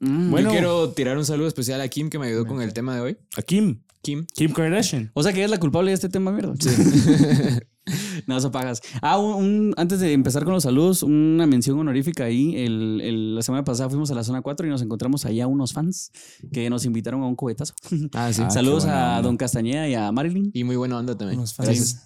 S1: Mm.
S4: Bueno,
S3: Yo quiero tirar un saludo especial a Kim que me ayudó con el tema de hoy.
S4: a Kim,
S3: Kim.
S4: Kim Kardashian.
S1: O sea que es la culpable de este tema, mierda. Nada, se apagas. Ah, un, un- antes de empezar con los saludos, una mención honorífica ahí. El, el- la semana pasada fuimos a la zona 4 y nos encontramos allá unos fans que nos invitaron a un cubetazo.
S3: Ah, sí.
S4: Ah,
S1: Saludos
S4: qué buena
S1: a
S4: onda.
S1: Don Castañeda y a Marilyn.
S3: Y muy buena onda también.
S2: Unos fans.
S3: Sí.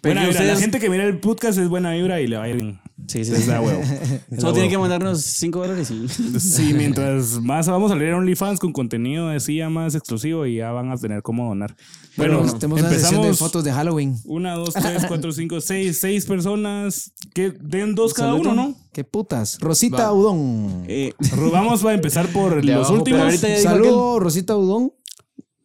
S1: Pero
S4: Buena vibra.
S1: ustedes-
S4: La gente que mira el podcast es buena vibra y le va a ir bien.
S1: Sí, sí,
S4: Es
S1: sí.
S4: da huevo. Es da
S1: Solo tienen que
S4: huevo.
S1: mandarnos 5 dólares y.
S4: Sí, mientras más vamos a leer OnlyFans con contenido así ya más exclusivo y ya van a tener cómo donar.
S2: Bueno,
S4: Bueno,
S2: tenemos una sesión de
S4: empezamos.
S2: fotos de Halloween.
S4: Una, dos, tres, cuatro, cinco, seis, seis personas que den dos cada
S1: Saludo.
S4: uno, ¿no?
S2: Qué putas. Rosita
S3: Va.
S2: Udón.
S1: Eh,
S4: Ru- Vamos a empezar por
S3: De
S4: los
S3: abajo,
S4: últimos.
S1: pero ahorita ya dijo aquel-
S2: Saludos, Rosita Udón.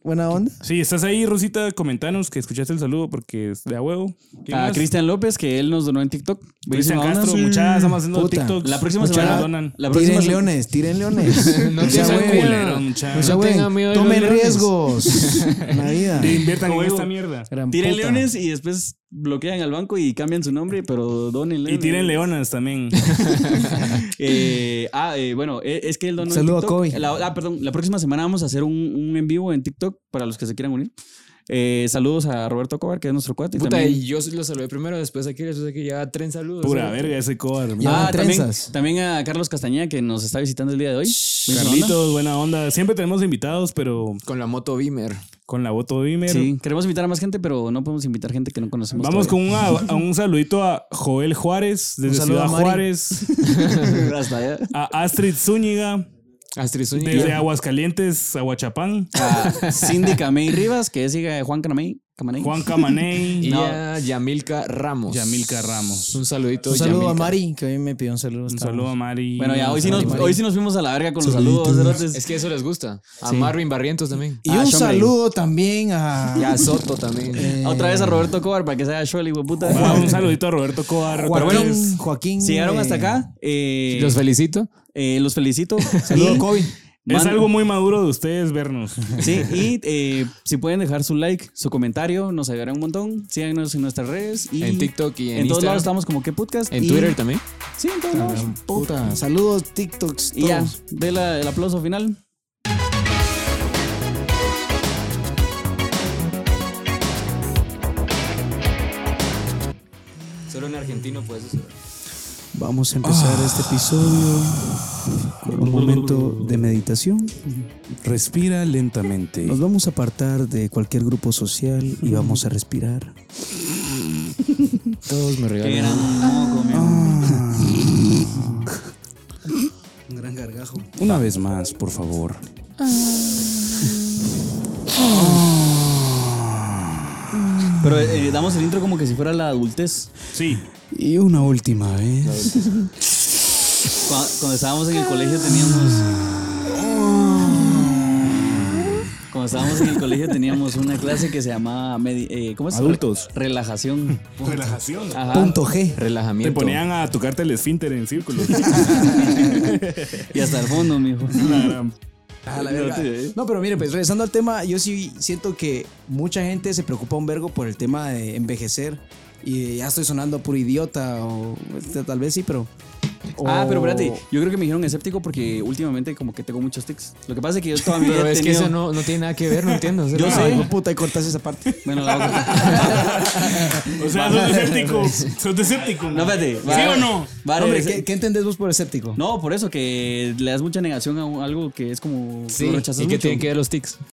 S2: Buena onda.
S4: Sí, estás ahí, Rosita. Comentanos que escuchaste el saludo porque es de a huevo. ¿Quién
S1: A
S4: más?
S1: Ah, Cristian López, que él nos donó en TikTok.
S4: Cristian
S1: Buenísima onda.
S4: Castro, muchachas, estamos haciendo
S2: Puta.
S4: TikTok.
S1: La próxima
S4: Muchas
S1: semana.
S4: donan.
S1: La próxima
S2: Tiren
S1: se-
S2: leones, tiren leones.
S3: No
S2: No
S3: sean
S2: se
S3: culeros,
S2: agüen.
S4: mucha-
S2: No se
S3: No
S2: agüen.
S3: tengan miedo de los
S2: Tomen
S3: leones.
S2: riesgos. en la vida.
S4: Inviertan en
S1: Huevo.
S4: esta mierda.
S2: Gran
S1: Tiren
S2: puta.
S1: leones y después bloquean al banco y cambian su nombre, pero donen
S4: Y tienen leonas también.
S1: Eh, ah, eh, bueno, eh, es que el don
S2: Saludo a Kobe.
S1: La, ah, perdón, la próxima semana vamos a hacer un, un en vivo en TikTok para los que se quieran unir. Eh, saludos a Roberto Cobar, que es nuestro cuate. y
S3: Puta,
S1: también,
S3: y yo lo saludé primero, después aquí, después aquí, ya tren saludos.
S4: Pura
S3: ¿sabes?
S4: verga ese cover.
S2: Ya
S1: Ah,
S2: van
S1: también,
S2: trenzas.
S1: también a Carlos Castañeda, que nos está visitando el día de hoy. Buena onda.
S4: Carlitos, buena onda. Siempre tenemos invitados, pero
S3: Con la moto Beamer.
S4: con la voto Vimer.
S1: Sí, queremos invitar a más gente, pero no podemos invitar gente que no conocemos.
S4: Vamos
S1: todavía.
S4: con un, a un saludito a Joel Juárez, desde
S2: saludo
S4: Ciudad
S2: a Mari.
S4: Juárez,
S1: Hasta allá.
S4: a Astrid Zúñiga,
S3: Astrid Zúñiga.
S4: desde Aguascalientes, Aguachapán,
S1: A Cindy Camey Rivas, que es hija de Juan Canamey. Camaney.
S4: Juan Camaney,
S3: Y
S1: No.
S3: a Yamilka Ramos.
S4: Yamilka Ramos.
S3: Un saludito.
S2: Un saludo a
S3: Yamilca.
S2: Mari, que hoy me pidió un saludo.
S4: Un
S2: estamos.
S4: saludo a Mari.
S1: Bueno, ya hoy sí, nos,
S4: Mari.
S1: hoy sí nos fuimos a la verga con los
S2: Saluditos.
S1: saludos. cerotes.
S3: Es que eso les gusta. A Marvin Barrientos también.
S2: Y
S1: Ah,
S2: un
S1: Sean Brady.
S2: saludo también a
S3: Y a Soto también.
S2: eh,
S1: Otra vez a Roberto Cobar para que sea Sholly, puta.
S4: Ah, un saludito a Roberto Cobar.
S2: Joaquín.
S4: Pero bueno,
S2: Joaquín,
S1: Si llegaron
S2: eh,
S1: hasta acá, eh,
S3: Los felicito.
S1: eh, los felicito.
S2: Saludo,
S1: Y-
S2: Kobe.
S4: es
S1: Man-
S4: algo muy maduro de ustedes vernos.
S1: Sí, y eh, si pueden dejar su like, su comentario, nos ayudará un montón. Síganos en nuestras redes. Y
S3: En TikTok y en
S1: todos
S3: Instagram.
S1: lados estamos como que podcast.
S3: En
S1: y-
S3: Twitter también.
S1: Sí, en todos lados.
S2: Puta. Saludos, TikToks.
S1: Y ya,
S2: todos.
S1: de la, el aplauso final.
S3: Solo en argentino puedes
S2: Vamos a empezar este episodio con un momento de meditación.
S4: Respira lentamente.
S2: Nos vamos a apartar de cualquier grupo social y vamos a respirar.
S3: Todos me
S1: Que
S3: regalan.
S1: eran moco, mi amor.
S2: Un gran gargajo.
S4: Una vez más, por favor.
S1: Pero eh, damos el intro como que si fuera la adultez.
S4: Sí.
S2: Y una última vez.
S1: Cua- Cuando, estábamos en el colegio teníamos. Cuando estábamos en el colegio teníamos una clase que se llamaba. medi- eh, ¿Cómo es?
S4: Adultos.
S1: Relajación.
S4: Relajación.
S1: Ajá.
S2: Punto G.
S4: Te
S3: Relajamiento.
S4: ponían a tocarte el esfínter en círculo.
S1: Y hasta el fondo, mijo.
S4: La gran-
S2: A la verga. No, pero mire, pues regresando al tema, yo sí siento que mucha gente se preocupa un vergo por el tema de envejecer. Y de, ya estoy sonando puro idiota, o este, tal vez sí, pero.
S1: Ah, pero
S2: o-
S1: espérate, yo creo que me dijeron escéptico porque últimamente como que tengo muchos tics. Lo que pasa es que yo toda mi vida
S3: Pero
S1: he
S3: es que
S1: tenido-
S3: eso no, no tiene nada que ver, no entiendo. o sea,
S1: Yo
S3: no,
S1: sé.
S2: Ay, puta, y cortas esa parte.
S1: Bueno, la otra.
S4: O sea, sos escéptico. Sos escéptico.
S1: No, espérate.
S4: ¿Sí o no?
S1: Va a
S2: Hombre,
S1: regresar-
S2: ¿qué, qué entendés vos por escéptico?
S1: No, por eso que le das mucha negación a un- algo que es como
S3: Sí,
S1: lo rechazas
S3: y que
S1: mucho.
S3: tienen que ver los tics.